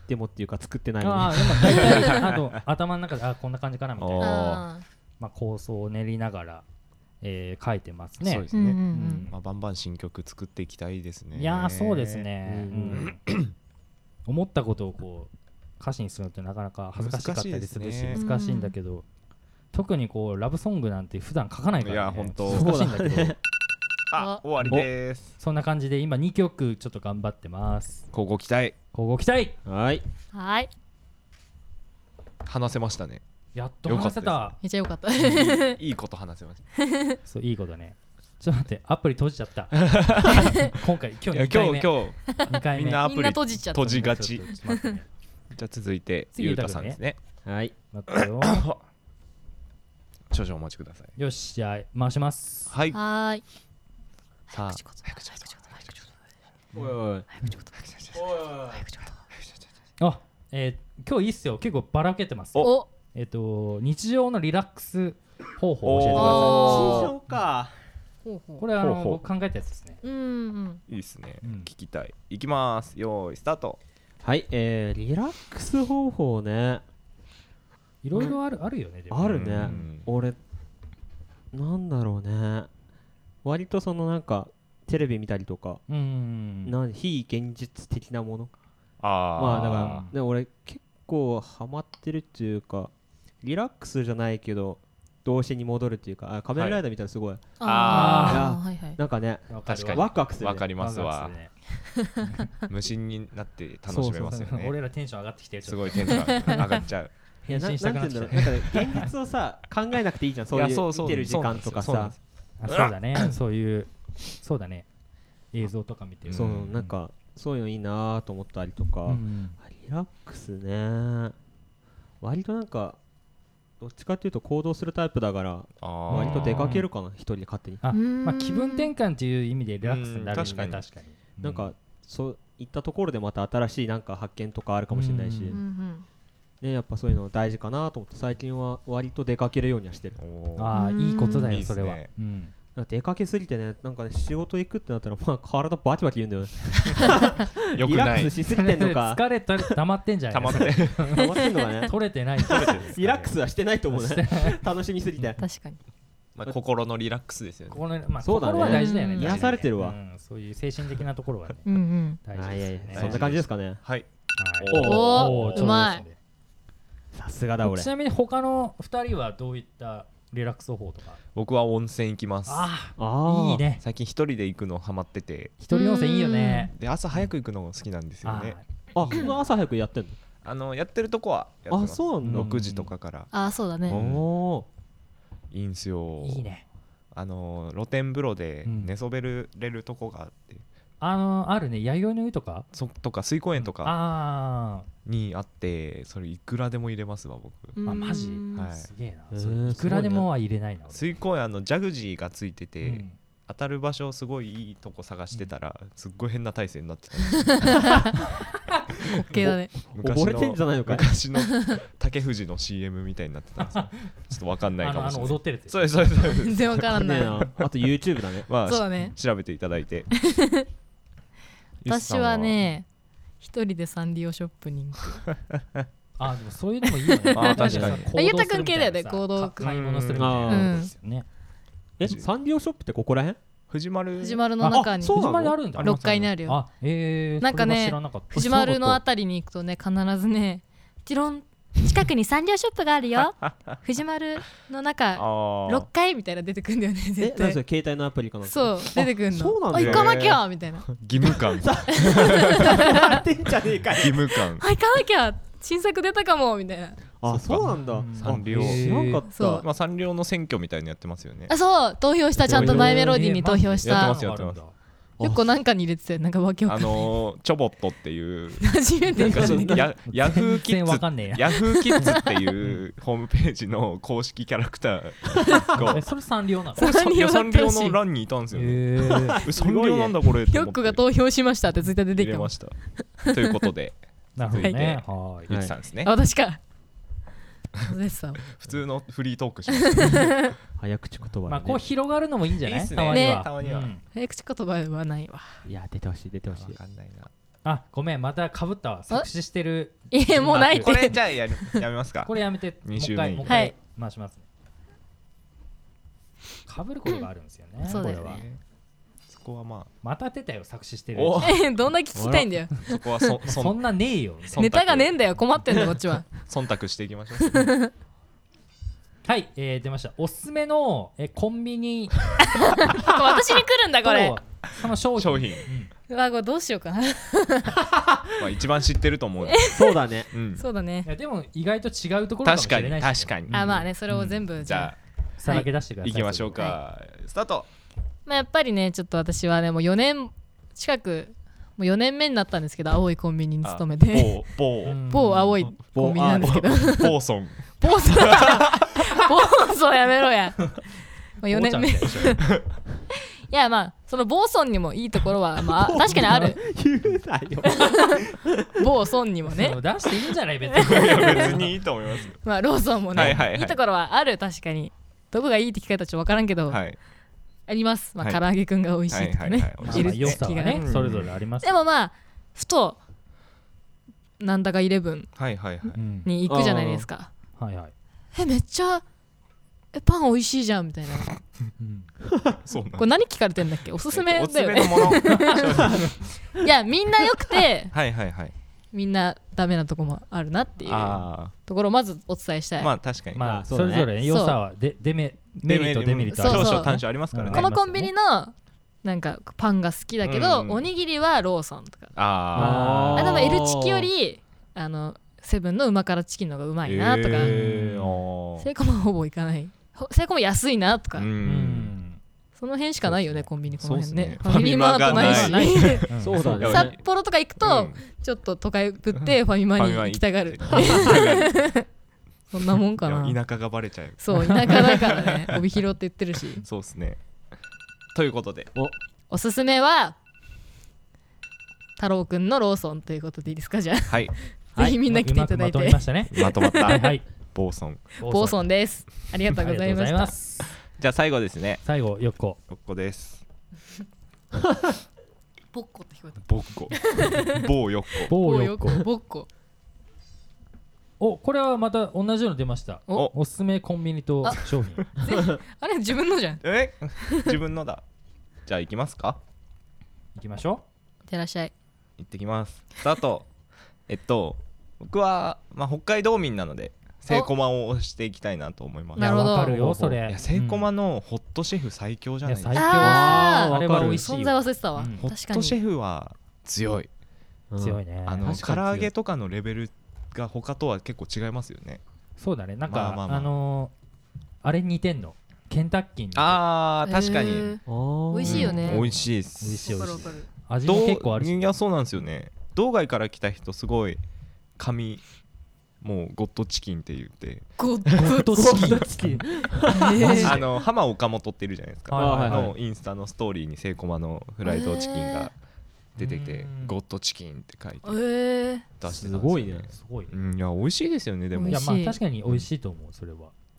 [SPEAKER 4] でもっていうか作ってないの
[SPEAKER 3] ああでも大体あと頭の中であこんな感じかなみたいな、
[SPEAKER 2] おー
[SPEAKER 5] あ
[SPEAKER 3] まあ、構想を練りながら、えー書いてますね
[SPEAKER 2] そうです
[SPEAKER 5] ーうんうんう
[SPEAKER 2] ね
[SPEAKER 5] ん
[SPEAKER 2] まあバンバン新曲作っていきたいですね
[SPEAKER 3] いやーそうですね、
[SPEAKER 4] うん
[SPEAKER 3] うん思ったことをこう歌詞にするのってなかなか恥ずかしかったりする
[SPEAKER 2] 難
[SPEAKER 3] し
[SPEAKER 2] しいです
[SPEAKER 5] ね
[SPEAKER 3] 難しいんだけど特にこうラブソングなんて普段書かないから、ね、
[SPEAKER 2] いやほんと
[SPEAKER 3] 難しいんだけど
[SPEAKER 2] あ終わりです
[SPEAKER 3] そんな感じで今2曲ちょっと頑張ってます
[SPEAKER 2] ここ期待
[SPEAKER 3] こうご期待
[SPEAKER 4] はい
[SPEAKER 5] はい
[SPEAKER 2] 話せました ね
[SPEAKER 3] やっと話せ
[SPEAKER 2] よか
[SPEAKER 3] た
[SPEAKER 5] めっちゃ良かった
[SPEAKER 2] いいこと話せまし
[SPEAKER 3] そういいことねちょっと待ってアプリ閉じちゃった 今回
[SPEAKER 2] た
[SPEAKER 3] 今
[SPEAKER 2] い
[SPEAKER 3] 日
[SPEAKER 2] や今
[SPEAKER 3] 2回
[SPEAKER 2] 日
[SPEAKER 3] 目
[SPEAKER 2] 今
[SPEAKER 3] 2
[SPEAKER 2] 日
[SPEAKER 3] 回
[SPEAKER 2] み
[SPEAKER 3] 目
[SPEAKER 2] んなア
[SPEAKER 5] み
[SPEAKER 2] プ
[SPEAKER 5] ん
[SPEAKER 2] リ
[SPEAKER 5] な閉じちゃった
[SPEAKER 2] 閉じがち
[SPEAKER 3] ちょっと待ってね
[SPEAKER 2] じゃあ続いて
[SPEAKER 3] 次
[SPEAKER 2] ゆうたさんですね
[SPEAKER 4] はい
[SPEAKER 3] 待ってよ
[SPEAKER 2] 少々お待ちください
[SPEAKER 3] よしじゃあ回します
[SPEAKER 2] はい
[SPEAKER 5] はーい
[SPEAKER 2] さあ
[SPEAKER 5] 口こと早口こと早口こと
[SPEAKER 4] おいおい
[SPEAKER 5] 早口こと早口こと早口こと
[SPEAKER 3] あえー今日いいっすよ結構ばらけてます
[SPEAKER 5] お
[SPEAKER 3] えっと日常のリラックス方法を教えてくださ
[SPEAKER 5] お
[SPEAKER 4] 地上か
[SPEAKER 5] ほうほ
[SPEAKER 3] いうこれはあの
[SPEAKER 2] ほうほう
[SPEAKER 3] 僕考えたやつですね
[SPEAKER 5] うんうん
[SPEAKER 2] いいですね
[SPEAKER 3] うん
[SPEAKER 2] 聞きたいいきますよーいスタート
[SPEAKER 4] はいえー、リラックス方法ね
[SPEAKER 3] いろいろあるあるよねでも
[SPEAKER 4] あるね、
[SPEAKER 2] うん
[SPEAKER 4] 俺なんだろうね割とそのなんかテレビ見たりとか、
[SPEAKER 3] うーん
[SPEAKER 4] なん非現実的なものまあだ
[SPEAKER 2] あ
[SPEAKER 4] からで俺結構ハマってるっていうかリラックスじゃないけど童心に戻るっていうかあ仮面ライダーみたいなすごい、
[SPEAKER 5] あ
[SPEAKER 4] あ
[SPEAKER 5] ーはいはい
[SPEAKER 4] なんかね
[SPEAKER 3] わる
[SPEAKER 2] 確かに
[SPEAKER 4] ワクワクす
[SPEAKER 2] あ
[SPEAKER 4] る、ね、
[SPEAKER 2] わかりますわ
[SPEAKER 3] ワクワクするね
[SPEAKER 2] 無心になって楽しめますよね
[SPEAKER 3] 俺らテンション上がってきてる
[SPEAKER 2] すごいテンション上がっちゃう
[SPEAKER 4] いやな
[SPEAKER 3] 変身したくな
[SPEAKER 4] な
[SPEAKER 3] っ
[SPEAKER 4] ん
[SPEAKER 3] て
[SPEAKER 4] て
[SPEAKER 3] き
[SPEAKER 4] 言
[SPEAKER 3] た
[SPEAKER 4] うんだろうなんかね現実をさ考えなくていいじゃんそう
[SPEAKER 2] い
[SPEAKER 4] い
[SPEAKER 2] やそう
[SPEAKER 4] う
[SPEAKER 2] そう
[SPEAKER 4] 見てる時間とか
[SPEAKER 2] そうなん
[SPEAKER 4] さ
[SPEAKER 2] です
[SPEAKER 3] あそうだねそういうそうだね映像とか見てる
[SPEAKER 4] そううんなんかそういうのいいなと思ったりとか、
[SPEAKER 3] うん
[SPEAKER 4] リラックスね割となんかどっちかっていうと行動するタイプだから
[SPEAKER 2] あー
[SPEAKER 4] 割と出かけるかな一人で勝手に
[SPEAKER 3] あ
[SPEAKER 5] うん
[SPEAKER 3] まあ気分転換っていう意味でリラックスになる
[SPEAKER 2] う
[SPEAKER 3] よね
[SPEAKER 2] ん確かに
[SPEAKER 3] 確かに
[SPEAKER 4] なんかそういったところでまた新しいなんか発見とかあるかもしれないし、
[SPEAKER 5] うんう
[SPEAKER 3] う
[SPEAKER 5] ん
[SPEAKER 4] ね、やっぱそういうの大事かなと思って最近は割と出かけるようにはしてる
[SPEAKER 2] おー
[SPEAKER 3] ああいいことだ
[SPEAKER 2] いい
[SPEAKER 3] よ
[SPEAKER 2] っ
[SPEAKER 3] そ
[SPEAKER 2] すね
[SPEAKER 3] れはうん
[SPEAKER 4] なんか出かけすぎてねなんかね仕事行くってなったらまあ体バチバチ言うんだよね
[SPEAKER 2] よく
[SPEAKER 4] リラ
[SPEAKER 2] な
[SPEAKER 4] ック
[SPEAKER 2] い
[SPEAKER 4] スしすぎてんの か
[SPEAKER 3] 疲れた溜まってんじゃな
[SPEAKER 2] 溜
[SPEAKER 3] い
[SPEAKER 2] まって
[SPEAKER 4] 楽しいのかね
[SPEAKER 3] 取れてない
[SPEAKER 4] リラックスはしてないと思う
[SPEAKER 3] して
[SPEAKER 4] ね楽しみすぎて
[SPEAKER 5] 確かに
[SPEAKER 2] まあ心のリラックスですよね
[SPEAKER 3] 心のまあ
[SPEAKER 4] そうだね
[SPEAKER 3] 心は大事だよね
[SPEAKER 5] うん
[SPEAKER 4] 癒されてるわ
[SPEAKER 3] うんそういう精神的なところはね
[SPEAKER 5] うんうん
[SPEAKER 3] 大事
[SPEAKER 4] あいや
[SPEAKER 3] で
[SPEAKER 4] いや
[SPEAKER 3] すよね
[SPEAKER 4] そんな感じですかね
[SPEAKER 2] はい
[SPEAKER 3] はい
[SPEAKER 2] お
[SPEAKER 5] お
[SPEAKER 3] ーちょ
[SPEAKER 5] ー
[SPEAKER 3] ど
[SPEAKER 5] うま
[SPEAKER 3] いい
[SPEAKER 5] い
[SPEAKER 3] ですね
[SPEAKER 4] さすがだ俺
[SPEAKER 3] ちなみに他の二人はどういったリラックス法とか
[SPEAKER 2] 僕は温泉行きます
[SPEAKER 3] あ
[SPEAKER 4] あ
[SPEAKER 3] あ
[SPEAKER 4] ー
[SPEAKER 3] いいね
[SPEAKER 2] 最近一人で行くのハマってて
[SPEAKER 3] 一人温泉いいよね
[SPEAKER 2] で朝早く行くのが好きなんですよ
[SPEAKER 3] あ
[SPEAKER 2] ね
[SPEAKER 4] あそんな朝早くやってんの
[SPEAKER 2] あのやってるとこはやって
[SPEAKER 4] あ
[SPEAKER 2] ます
[SPEAKER 4] そうなんだ、
[SPEAKER 2] 6時とかから
[SPEAKER 5] ああそうだね
[SPEAKER 2] ん
[SPEAKER 4] お
[SPEAKER 2] いいんすよ
[SPEAKER 3] ーいいね
[SPEAKER 2] あの露天風呂で
[SPEAKER 3] うん
[SPEAKER 2] 寝そべれるとこがあって、
[SPEAKER 3] あのあるね弥生の湯とか
[SPEAKER 2] そとか水公園とか
[SPEAKER 3] あ
[SPEAKER 2] にあってそれいくらでも入れますわ僕、
[SPEAKER 5] うん
[SPEAKER 3] あマジ
[SPEAKER 2] は
[SPEAKER 3] あ
[SPEAKER 2] い
[SPEAKER 3] すげえな
[SPEAKER 4] へー
[SPEAKER 3] それいくらでもは入れないな
[SPEAKER 2] 水公園あのジャグジーがついてて、
[SPEAKER 3] 俺うん
[SPEAKER 2] 当たる場所すごいいいとこ探してたら、すっごい変な体勢になってた
[SPEAKER 5] 滑稽だね
[SPEAKER 4] 溺れてんじゃないのかい
[SPEAKER 2] 昔の竹藤の CM みたいになってたんですよちょっとわかんない
[SPEAKER 3] あ
[SPEAKER 2] か
[SPEAKER 3] の
[SPEAKER 2] も
[SPEAKER 3] あ
[SPEAKER 2] しれ
[SPEAKER 3] の
[SPEAKER 2] ない
[SPEAKER 3] 踊ってるやつ
[SPEAKER 2] そうですそうですそうです
[SPEAKER 5] 全 然わからん
[SPEAKER 4] ね
[SPEAKER 5] な
[SPEAKER 4] え
[SPEAKER 5] い
[SPEAKER 4] なあと YouTube だね
[SPEAKER 2] まあ
[SPEAKER 5] そうだね
[SPEAKER 2] し調べていただいてゆうすさ
[SPEAKER 5] 私
[SPEAKER 2] ん
[SPEAKER 5] はね一人でサンリオショップに行く
[SPEAKER 3] あでもそういうのもいいよね
[SPEAKER 2] あ確かに
[SPEAKER 3] 行動するみたいなさ
[SPEAKER 5] ゆうたくん系だよね行動
[SPEAKER 3] か買い物するみたいなことですよね
[SPEAKER 4] えサンリオショップってここらへん
[SPEAKER 2] 藤丸
[SPEAKER 5] 藤丸の中に
[SPEAKER 4] あそう
[SPEAKER 3] 藤丸あるんだ
[SPEAKER 2] あ
[SPEAKER 5] 6階にあるよ
[SPEAKER 3] あえー
[SPEAKER 5] なんかね
[SPEAKER 3] それは知らなかった
[SPEAKER 5] 藤丸のあたりに行くとね必ずねティロン近くにサンリオショップがある よ藤丸の中
[SPEAKER 2] あ
[SPEAKER 1] 6回みたいな出てくんだよね
[SPEAKER 4] え
[SPEAKER 1] 絶
[SPEAKER 4] なん
[SPEAKER 1] 対
[SPEAKER 4] それ携帯のアプリかなんか
[SPEAKER 1] そう出てくんの
[SPEAKER 4] そうなんだ
[SPEAKER 1] あ行かなきゃみたいな
[SPEAKER 2] あ義務感
[SPEAKER 4] やってんじゃねえかい
[SPEAKER 2] 義務感
[SPEAKER 1] あ行かなきゃ新作出たかもみたいな
[SPEAKER 4] あそうなんだ
[SPEAKER 3] うん
[SPEAKER 4] あ
[SPEAKER 2] サンリオ
[SPEAKER 4] 知らんかっ
[SPEAKER 1] そう
[SPEAKER 2] まあサンリオの選挙みたいにやってますよね
[SPEAKER 1] あそう投票したちゃんとマイメロディーに投票し
[SPEAKER 2] やって
[SPEAKER 1] た
[SPEAKER 2] ますよやってます
[SPEAKER 4] す
[SPEAKER 1] 結構なんかに入れてたよなんかわけわ
[SPEAKER 2] あ
[SPEAKER 1] かんない
[SPEAKER 2] のーチョボットっていう
[SPEAKER 1] 初めて
[SPEAKER 2] な
[SPEAKER 1] 見
[SPEAKER 2] ん
[SPEAKER 1] た
[SPEAKER 2] か
[SPEAKER 1] ん
[SPEAKER 2] そ
[SPEAKER 1] だけ
[SPEAKER 2] の
[SPEAKER 1] ど
[SPEAKER 2] ヤヤフーキ
[SPEAKER 3] 全
[SPEAKER 2] ッ
[SPEAKER 3] 然わ
[SPEAKER 2] ズ
[SPEAKER 3] かんねえ
[SPEAKER 2] ヤフーキッズっていうホームページの公式キャラクター
[SPEAKER 3] や
[SPEAKER 2] が
[SPEAKER 3] えそれサンリオなの
[SPEAKER 1] サン
[SPEAKER 2] い
[SPEAKER 1] リ
[SPEAKER 2] や
[SPEAKER 1] オ
[SPEAKER 2] サ
[SPEAKER 1] だ
[SPEAKER 2] ン
[SPEAKER 1] っ
[SPEAKER 2] リオ
[SPEAKER 1] た
[SPEAKER 2] の
[SPEAKER 1] し
[SPEAKER 2] 欄にいたんですよね
[SPEAKER 3] へー
[SPEAKER 2] えサンリオなんだこれって
[SPEAKER 1] ヨ
[SPEAKER 2] 思
[SPEAKER 1] ッ
[SPEAKER 2] って
[SPEAKER 1] クが投票しましたってツイッターで出て
[SPEAKER 2] 入
[SPEAKER 1] き
[SPEAKER 2] れ
[SPEAKER 1] たも
[SPEAKER 2] ま
[SPEAKER 1] ん
[SPEAKER 2] したということで
[SPEAKER 3] なるほどねはーい
[SPEAKER 2] 言ってたんですね
[SPEAKER 1] あ私か私さ
[SPEAKER 2] 普通のフリートークします
[SPEAKER 4] 早口言葉
[SPEAKER 3] まあ
[SPEAKER 4] だ
[SPEAKER 3] こう
[SPEAKER 4] ね
[SPEAKER 3] 広がるのもいいんじゃない
[SPEAKER 2] いいっすね
[SPEAKER 3] たまに
[SPEAKER 2] ねたまに
[SPEAKER 3] は
[SPEAKER 2] は
[SPEAKER 3] うん
[SPEAKER 1] 早口言葉はないわ
[SPEAKER 4] いや出てほしい出てほしい
[SPEAKER 2] わかんないな
[SPEAKER 3] あごめんまたかぶったわ作詞してる
[SPEAKER 1] ええもうないっ
[SPEAKER 2] これ
[SPEAKER 1] て
[SPEAKER 2] じゃあやりやめますか
[SPEAKER 3] これやめてもう
[SPEAKER 2] 二
[SPEAKER 3] 一
[SPEAKER 2] 周
[SPEAKER 3] 回
[SPEAKER 2] 目
[SPEAKER 3] もう一
[SPEAKER 1] は
[SPEAKER 3] 回
[SPEAKER 1] い
[SPEAKER 3] 回しますねかぶることがあるんですよね
[SPEAKER 1] そうだよね
[SPEAKER 3] これは
[SPEAKER 2] そこはま
[SPEAKER 3] また出たよ作詞してる
[SPEAKER 2] お
[SPEAKER 1] えどんだけ聞きたいんだよ
[SPEAKER 2] あそこはそ
[SPEAKER 3] そ
[SPEAKER 2] そん
[SPEAKER 3] んなねえよみたいな
[SPEAKER 2] 忖度
[SPEAKER 1] ネタがねえんだよ困ってんだこっちは
[SPEAKER 2] 忖度していきましょう
[SPEAKER 3] はいえー出ましたおすすめのえーコンビニ
[SPEAKER 1] 私に来るんだ
[SPEAKER 3] と
[SPEAKER 1] これ
[SPEAKER 3] その商
[SPEAKER 2] 商
[SPEAKER 3] 品
[SPEAKER 2] 品
[SPEAKER 1] うわこれどうしようかな
[SPEAKER 2] まあ一番知ってると思う
[SPEAKER 4] そうだね
[SPEAKER 2] うん
[SPEAKER 1] そうだね
[SPEAKER 3] いやでも意外と違うところかも
[SPEAKER 2] 確
[SPEAKER 3] し
[SPEAKER 2] か
[SPEAKER 3] れな
[SPEAKER 2] に
[SPEAKER 3] いし
[SPEAKER 2] 確かに
[SPEAKER 1] あまあねそれを全部
[SPEAKER 2] じ
[SPEAKER 1] じゃあ
[SPEAKER 2] ゃあ
[SPEAKER 3] さらけ出してください
[SPEAKER 2] 行きましょうかスタート
[SPEAKER 1] まあやっぱりねちょっと私はねもう4年近くもう4年目になったんですけど青いコンビニに勤めて
[SPEAKER 2] あ某
[SPEAKER 3] う
[SPEAKER 2] 某
[SPEAKER 3] ん
[SPEAKER 1] 某青いコンビニなんですけど
[SPEAKER 2] ボーソン
[SPEAKER 1] 坊主坊主をやめろやまあ4年目い
[SPEAKER 3] 坊ちゃんみたいでし
[SPEAKER 1] やまあその坊村にもいいところはまあ確かにある
[SPEAKER 4] 言うなよ
[SPEAKER 1] 坊村にも
[SPEAKER 3] ょ
[SPEAKER 1] ね
[SPEAKER 3] その出していいんじゃない別
[SPEAKER 2] いや別
[SPEAKER 3] に
[SPEAKER 2] にいいと思いますよ
[SPEAKER 1] まあローソンもね、
[SPEAKER 2] はいいはいはい
[SPEAKER 1] いところはある確かにどこがいいって聞かれたらちょっと分からんけど、
[SPEAKER 2] はい
[SPEAKER 1] ありますまあ、
[SPEAKER 2] はい
[SPEAKER 1] 唐揚げくんが美味し いとかね、
[SPEAKER 2] はいはい
[SPEAKER 3] まあ
[SPEAKER 2] はい
[SPEAKER 3] まあ良さは
[SPEAKER 1] 入れ
[SPEAKER 3] ね
[SPEAKER 2] ね
[SPEAKER 3] それぞれあります
[SPEAKER 1] でもまあふとなんだかイレブン
[SPEAKER 2] はいはいはい
[SPEAKER 3] うん
[SPEAKER 1] に行くじゃないですか
[SPEAKER 3] はいはい
[SPEAKER 1] えめっちゃえパン美味しいじゃんみたいなこ
[SPEAKER 3] うん
[SPEAKER 2] そうなんだ
[SPEAKER 1] れ何聞かれてんだっけおすすめ
[SPEAKER 2] おす
[SPEAKER 1] だ
[SPEAKER 2] す
[SPEAKER 1] よ
[SPEAKER 2] めの
[SPEAKER 1] ね
[SPEAKER 2] もの
[SPEAKER 1] いやみんな良くて
[SPEAKER 2] はいはいはい
[SPEAKER 1] みんなダメなとこもあるなっていう
[SPEAKER 2] あ
[SPEAKER 1] ところをまずお伝えした
[SPEAKER 2] あ
[SPEAKER 1] い、
[SPEAKER 2] まあ確かに
[SPEAKER 3] ま
[SPEAKER 4] あ
[SPEAKER 3] あ
[SPEAKER 4] そ
[SPEAKER 3] そう
[SPEAKER 4] だね
[SPEAKER 3] れぞれね良さはでデメメリットデメリット
[SPEAKER 1] そう
[SPEAKER 3] あ
[SPEAKER 1] そ
[SPEAKER 3] る
[SPEAKER 1] う
[SPEAKER 2] 長所短所ありますからね
[SPEAKER 3] あ
[SPEAKER 1] この
[SPEAKER 3] ります
[SPEAKER 1] コ
[SPEAKER 3] よ
[SPEAKER 1] ン
[SPEAKER 3] ね
[SPEAKER 1] ビニのなんかパンが好きだけど、
[SPEAKER 2] うん
[SPEAKER 1] おにぎりはローソンとか
[SPEAKER 2] あ
[SPEAKER 1] あでも
[SPEAKER 4] あー
[SPEAKER 1] L チキよりあのセブンのうま辛チキンの方がう
[SPEAKER 2] あ
[SPEAKER 1] まいなとか、
[SPEAKER 2] えーあー
[SPEAKER 1] セイコムはほぼいかないほセイコム安いなとか、
[SPEAKER 2] う
[SPEAKER 3] うんん
[SPEAKER 1] その辺しかないよねコンビニこの辺ね
[SPEAKER 2] そうっすね
[SPEAKER 1] ファミリーマートないし
[SPEAKER 2] ファミマがな
[SPEAKER 3] うん
[SPEAKER 4] そうだね
[SPEAKER 2] そう
[SPEAKER 1] 札幌とか行くと、
[SPEAKER 2] うん
[SPEAKER 1] ちょっと都会ぶってファミマに行きたが るそんなもんか
[SPEAKER 2] い
[SPEAKER 1] な
[SPEAKER 2] や田舎がバレちゃう
[SPEAKER 1] そう田舎だからね帯広って言ってるし
[SPEAKER 2] そうですねということで
[SPEAKER 1] おすすめは太郎くんのローソンということでいいですかじゃあ、
[SPEAKER 2] はい
[SPEAKER 1] ぜひみんな来ていただいう
[SPEAKER 3] まくまとめ
[SPEAKER 1] て
[SPEAKER 3] ましたね
[SPEAKER 2] まとまっ
[SPEAKER 3] はい
[SPEAKER 2] た
[SPEAKER 3] はい
[SPEAKER 2] ボーソン
[SPEAKER 1] ボーソンですありがとうございま
[SPEAKER 3] ありがとうござい
[SPEAKER 1] し
[SPEAKER 3] ま
[SPEAKER 1] た
[SPEAKER 3] す
[SPEAKER 2] じゃあ最後ですね
[SPEAKER 3] 最後よっこ
[SPEAKER 2] ここです
[SPEAKER 1] ボッコって聞こえた
[SPEAKER 2] ぼっこぼうよっこ
[SPEAKER 3] 棒よっこ
[SPEAKER 1] ボッコ
[SPEAKER 3] おこれはまた同じようの出ました
[SPEAKER 2] お
[SPEAKER 3] おすすめコンビニと商品
[SPEAKER 1] あれ自分のじゃんいっ
[SPEAKER 2] え自分のだじゃあ行きますか
[SPEAKER 3] いきましょ
[SPEAKER 1] てらっしゃい
[SPEAKER 2] 行ってきますスタートえっと僕は、まあ、北海道民なのでセイコマを押していきたいなと思います
[SPEAKER 3] うい
[SPEAKER 2] い
[SPEAKER 1] な
[SPEAKER 3] や
[SPEAKER 1] るほど
[SPEAKER 3] わかるよそれ
[SPEAKER 2] やセイコマ
[SPEAKER 3] の
[SPEAKER 2] のホットシェフ最強じゃないです
[SPEAKER 3] い
[SPEAKER 2] か
[SPEAKER 3] や
[SPEAKER 1] あー
[SPEAKER 4] あれは美味しいよ
[SPEAKER 1] 存在忘れてたわ、
[SPEAKER 3] うん
[SPEAKER 2] ホ
[SPEAKER 1] 確
[SPEAKER 2] ッ
[SPEAKER 1] か
[SPEAKER 2] ト
[SPEAKER 1] に
[SPEAKER 2] シェフは強い
[SPEAKER 4] うん
[SPEAKER 3] 強いね
[SPEAKER 2] あの唐
[SPEAKER 4] 確かに強い
[SPEAKER 2] 揚げとかのレベルが他とは結構違いますよね
[SPEAKER 3] そうだねなんか
[SPEAKER 2] まあまあまあ
[SPEAKER 3] あのーあれに似てんのケンタッキーに似てる
[SPEAKER 2] あー確かに、
[SPEAKER 1] へー
[SPEAKER 4] あー
[SPEAKER 1] 美味しいよね
[SPEAKER 2] 美味しいです
[SPEAKER 3] 美味しい美味しい
[SPEAKER 1] かる
[SPEAKER 3] 味
[SPEAKER 2] ど
[SPEAKER 3] も
[SPEAKER 2] う
[SPEAKER 3] 結構あるし
[SPEAKER 2] いやそうなんですよね道外から来た人すごい髪もうゴッドチキンって言って
[SPEAKER 1] ゴッ
[SPEAKER 3] ホットチキン
[SPEAKER 2] あの浜岡本っているじゃないですか、
[SPEAKER 4] はいはいはい
[SPEAKER 2] のインスタのストーリーにセイコマのフライドチキンが出てて、
[SPEAKER 3] へー
[SPEAKER 2] ゴッドチキンって書いて
[SPEAKER 1] えー、
[SPEAKER 2] 出してたんですすよ
[SPEAKER 4] ごいね
[SPEAKER 3] すごいね
[SPEAKER 2] うんいや美味しいですよねでも
[SPEAKER 3] い
[SPEAKER 1] 美
[SPEAKER 3] や
[SPEAKER 1] 味しい
[SPEAKER 3] まあ確かに美味しいと思うそれは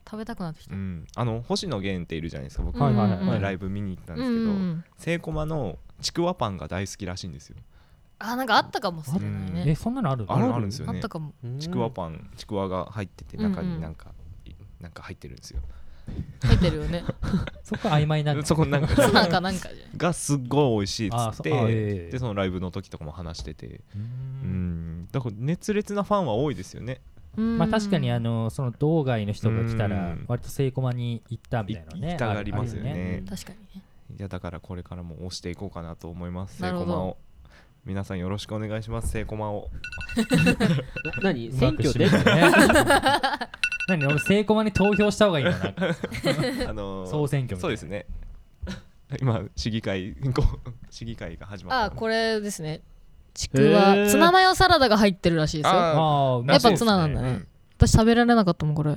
[SPEAKER 1] 食べたくなってき
[SPEAKER 2] う
[SPEAKER 1] た、
[SPEAKER 2] ん、あの星野源っているじゃないですか僕、
[SPEAKER 3] はいはいはい
[SPEAKER 2] 前
[SPEAKER 1] うん
[SPEAKER 2] ライブ見に行ったんですけ
[SPEAKER 1] う
[SPEAKER 2] ど、
[SPEAKER 1] んうんうん
[SPEAKER 2] セイコマのちくわパンが大好きらしいんですよ
[SPEAKER 1] あなんかあったかもしれない
[SPEAKER 2] うん
[SPEAKER 1] ね
[SPEAKER 3] え、そんなのあるの
[SPEAKER 2] あるあるんですよ
[SPEAKER 1] あっ
[SPEAKER 2] ね
[SPEAKER 1] たかも
[SPEAKER 2] ちくわパンちくわが入ってて中
[SPEAKER 1] うんう
[SPEAKER 2] に
[SPEAKER 1] ん
[SPEAKER 2] なんか、いなんか入ってるんですよ
[SPEAKER 1] 入ってるよね
[SPEAKER 3] そこ曖昧なんだ
[SPEAKER 2] そこなん
[SPEAKER 1] ツナ
[SPEAKER 2] か
[SPEAKER 1] かなんかじゃん
[SPEAKER 2] がすっごい美味しいっつ
[SPEAKER 3] あ
[SPEAKER 2] っ
[SPEAKER 3] そ
[SPEAKER 2] て
[SPEAKER 3] あええ
[SPEAKER 2] でそのライブの時とかも話してて
[SPEAKER 3] うー
[SPEAKER 2] うんんだから熱烈なファンは多いですよね
[SPEAKER 3] まあ確かにあ
[SPEAKER 1] の
[SPEAKER 3] のその道外の人が来た
[SPEAKER 2] う
[SPEAKER 3] ら
[SPEAKER 2] ん
[SPEAKER 3] 割とセイコマに行ったみたいなのね
[SPEAKER 2] い行きたがりますよね
[SPEAKER 3] ある
[SPEAKER 2] ね
[SPEAKER 1] 確かにね
[SPEAKER 2] いやだからこれからも押していこうかなと思います。セ
[SPEAKER 1] な
[SPEAKER 2] イ
[SPEAKER 1] る
[SPEAKER 2] コ
[SPEAKER 1] ほど
[SPEAKER 2] マを皆さんよろしくお願いします。セイコマを。
[SPEAKER 4] 何
[SPEAKER 3] うま
[SPEAKER 4] 選
[SPEAKER 3] く
[SPEAKER 4] 挙
[SPEAKER 3] 締
[SPEAKER 4] で
[SPEAKER 3] めたね何俺セイコマに投票した方がいいのな んか
[SPEAKER 2] あのー
[SPEAKER 3] 総選挙みた
[SPEAKER 2] そうで
[SPEAKER 3] いな
[SPEAKER 2] すね。 今市議会こう 市議会が始まった。
[SPEAKER 1] あこれですねちくわ
[SPEAKER 4] へー
[SPEAKER 1] ツナマヨサラダが入ってるらしいですよ
[SPEAKER 2] あ
[SPEAKER 3] ああうま
[SPEAKER 1] やっ
[SPEAKER 3] そ
[SPEAKER 1] ぱ
[SPEAKER 3] う
[SPEAKER 1] ツナなんだ
[SPEAKER 2] う
[SPEAKER 1] ね
[SPEAKER 2] ん
[SPEAKER 1] 私食べられなかったもんこれ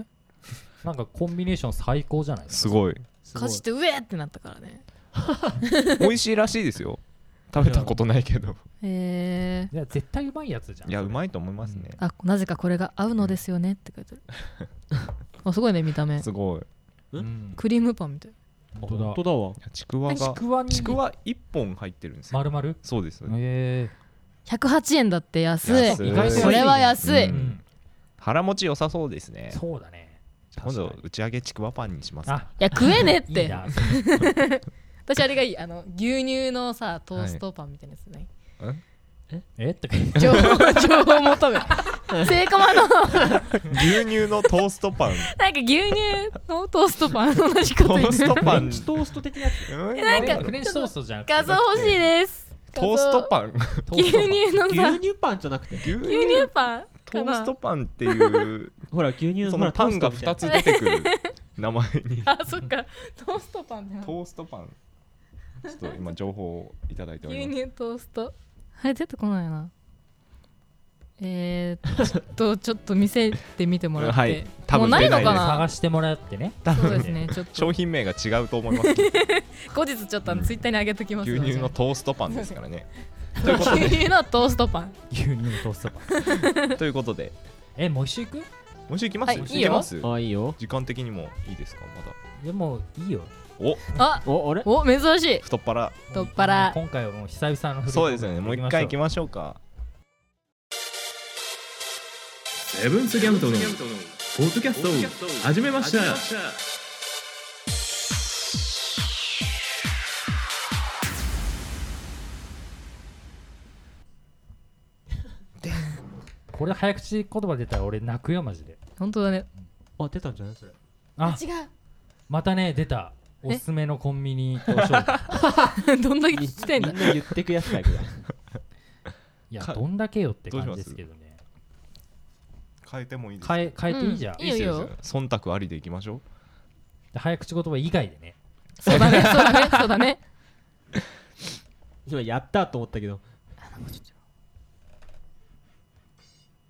[SPEAKER 3] なんかコンビネーション最高じゃないです
[SPEAKER 2] すごい。
[SPEAKER 3] か
[SPEAKER 1] かじってうえってなったからね
[SPEAKER 2] 美味しいらしいですよ。食べたことないけど。
[SPEAKER 1] へえ
[SPEAKER 3] いや絶対うまいやつじゃん
[SPEAKER 2] いやうま
[SPEAKER 3] い
[SPEAKER 2] いと思いますね。
[SPEAKER 1] あなぜかこれが合うのですよねって書いて あるあすごいね見た目
[SPEAKER 2] すごい。い
[SPEAKER 3] うん
[SPEAKER 1] クリームパンみたい
[SPEAKER 3] 本当だ
[SPEAKER 4] 本当だわ
[SPEAKER 2] やちくわ
[SPEAKER 3] ち
[SPEAKER 2] が
[SPEAKER 3] くわに
[SPEAKER 2] ちくわ一本入ってるんですよ。
[SPEAKER 3] 丸々
[SPEAKER 2] そうです。
[SPEAKER 3] え
[SPEAKER 1] 108円だって安い
[SPEAKER 2] 安い
[SPEAKER 3] 意外と安い
[SPEAKER 1] これは安い、
[SPEAKER 2] う
[SPEAKER 3] え
[SPEAKER 2] ん腹持ち良さそうですね。
[SPEAKER 3] そうだね
[SPEAKER 2] 今度打ち上げちくわパンにします。
[SPEAKER 3] あ
[SPEAKER 1] いや食えねえっ
[SPEAKER 3] い
[SPEAKER 1] て
[SPEAKER 3] いな
[SPEAKER 1] 私あれがいいあの牛乳のさトーストパンみたいなやつね、
[SPEAKER 3] え とか言って
[SPEAKER 1] 情報情報求めセイコマのなんか
[SPEAKER 2] 牛乳のトーストパ ン。
[SPEAKER 1] 牛乳のトーストパン同じこ
[SPEAKER 2] ト
[SPEAKER 1] と言
[SPEAKER 2] ー
[SPEAKER 1] っ
[SPEAKER 2] ス
[SPEAKER 1] て
[SPEAKER 2] ト
[SPEAKER 1] る
[SPEAKER 2] パ
[SPEAKER 4] フレ
[SPEAKER 2] ン。
[SPEAKER 4] ンチトースト的なやつ
[SPEAKER 2] なん
[SPEAKER 1] か
[SPEAKER 3] フレンチトーストじゃなくて
[SPEAKER 1] 画像欲しいです
[SPEAKER 2] トーストパン。
[SPEAKER 3] トー
[SPEAKER 1] 牛
[SPEAKER 3] ストパン
[SPEAKER 1] 乳のさ
[SPEAKER 4] 牛乳パンじゃなくて
[SPEAKER 2] 牛乳
[SPEAKER 1] 牛乳パン
[SPEAKER 2] トーストパンっていう
[SPEAKER 4] ほら牛乳の
[SPEAKER 2] そ
[SPEAKER 4] ほ
[SPEAKER 2] の
[SPEAKER 4] ら
[SPEAKER 2] パンが2つ出てくる名前に
[SPEAKER 1] あそっかトーストパンじゃな
[SPEAKER 2] トーストパンちょっと今情報をいただいており
[SPEAKER 1] 牛
[SPEAKER 2] ます
[SPEAKER 1] 乳トーストあれ出てこないなえー、ちょっ とちょっと見せてみてもらって、
[SPEAKER 2] はい多分
[SPEAKER 1] もうないのか
[SPEAKER 2] 出ない
[SPEAKER 1] な
[SPEAKER 3] 探してもらってね
[SPEAKER 1] そうです ねちょっと
[SPEAKER 2] 商品名が違うと 思いますけど
[SPEAKER 1] 後日ちょっとあのツイッターに上げときます
[SPEAKER 2] 牛
[SPEAKER 1] ので
[SPEAKER 2] 乳のトーストパンですから ね
[SPEAKER 1] 牛乳のトーストパン
[SPEAKER 3] 牛乳のトーストパン
[SPEAKER 2] ということで
[SPEAKER 3] えもう一周行く
[SPEAKER 2] もう一行きま
[SPEAKER 1] は
[SPEAKER 2] す
[SPEAKER 1] い
[SPEAKER 2] もう一
[SPEAKER 1] い
[SPEAKER 2] 周
[SPEAKER 1] い
[SPEAKER 2] 行
[SPEAKER 1] よ
[SPEAKER 2] きます
[SPEAKER 4] あいいよ
[SPEAKER 2] 時間的にもいいですかまだ
[SPEAKER 3] いやもういいよ
[SPEAKER 2] お
[SPEAKER 1] あ
[SPEAKER 4] おあれ
[SPEAKER 1] お珍しい
[SPEAKER 2] 太っ腹
[SPEAKER 1] 太っ腹
[SPEAKER 3] 今回はもう久々のフリー
[SPEAKER 2] そうですよねもう一回行き
[SPEAKER 3] ま
[SPEAKER 2] ましょうか
[SPEAKER 6] セブンスギャムトのポッドキャスト始めました
[SPEAKER 3] すこれ早口言葉出たら俺泣くよマジで
[SPEAKER 1] 本当だね
[SPEAKER 4] あ出たんじゃないそれ
[SPEAKER 3] あ
[SPEAKER 1] 違
[SPEAKER 3] またね出た
[SPEAKER 1] え
[SPEAKER 3] おすすめのコンビニと商品
[SPEAKER 1] う どんだけ聞
[SPEAKER 4] み
[SPEAKER 1] きたいんだ
[SPEAKER 4] んな言ってくやつだよこれ
[SPEAKER 3] いや
[SPEAKER 2] か
[SPEAKER 3] どんだけよって感
[SPEAKER 2] ど
[SPEAKER 3] じ
[SPEAKER 2] うしま
[SPEAKER 3] で
[SPEAKER 2] す
[SPEAKER 3] すけどね
[SPEAKER 2] 変えてもいいですか
[SPEAKER 3] 変え変えていいじゃん
[SPEAKER 1] うんいいよ
[SPEAKER 2] です忖度ありでいきましょう
[SPEAKER 3] で早口言葉以外でね
[SPEAKER 1] そうだ ねそうだねそうだね
[SPEAKER 4] 今やったと思ったけど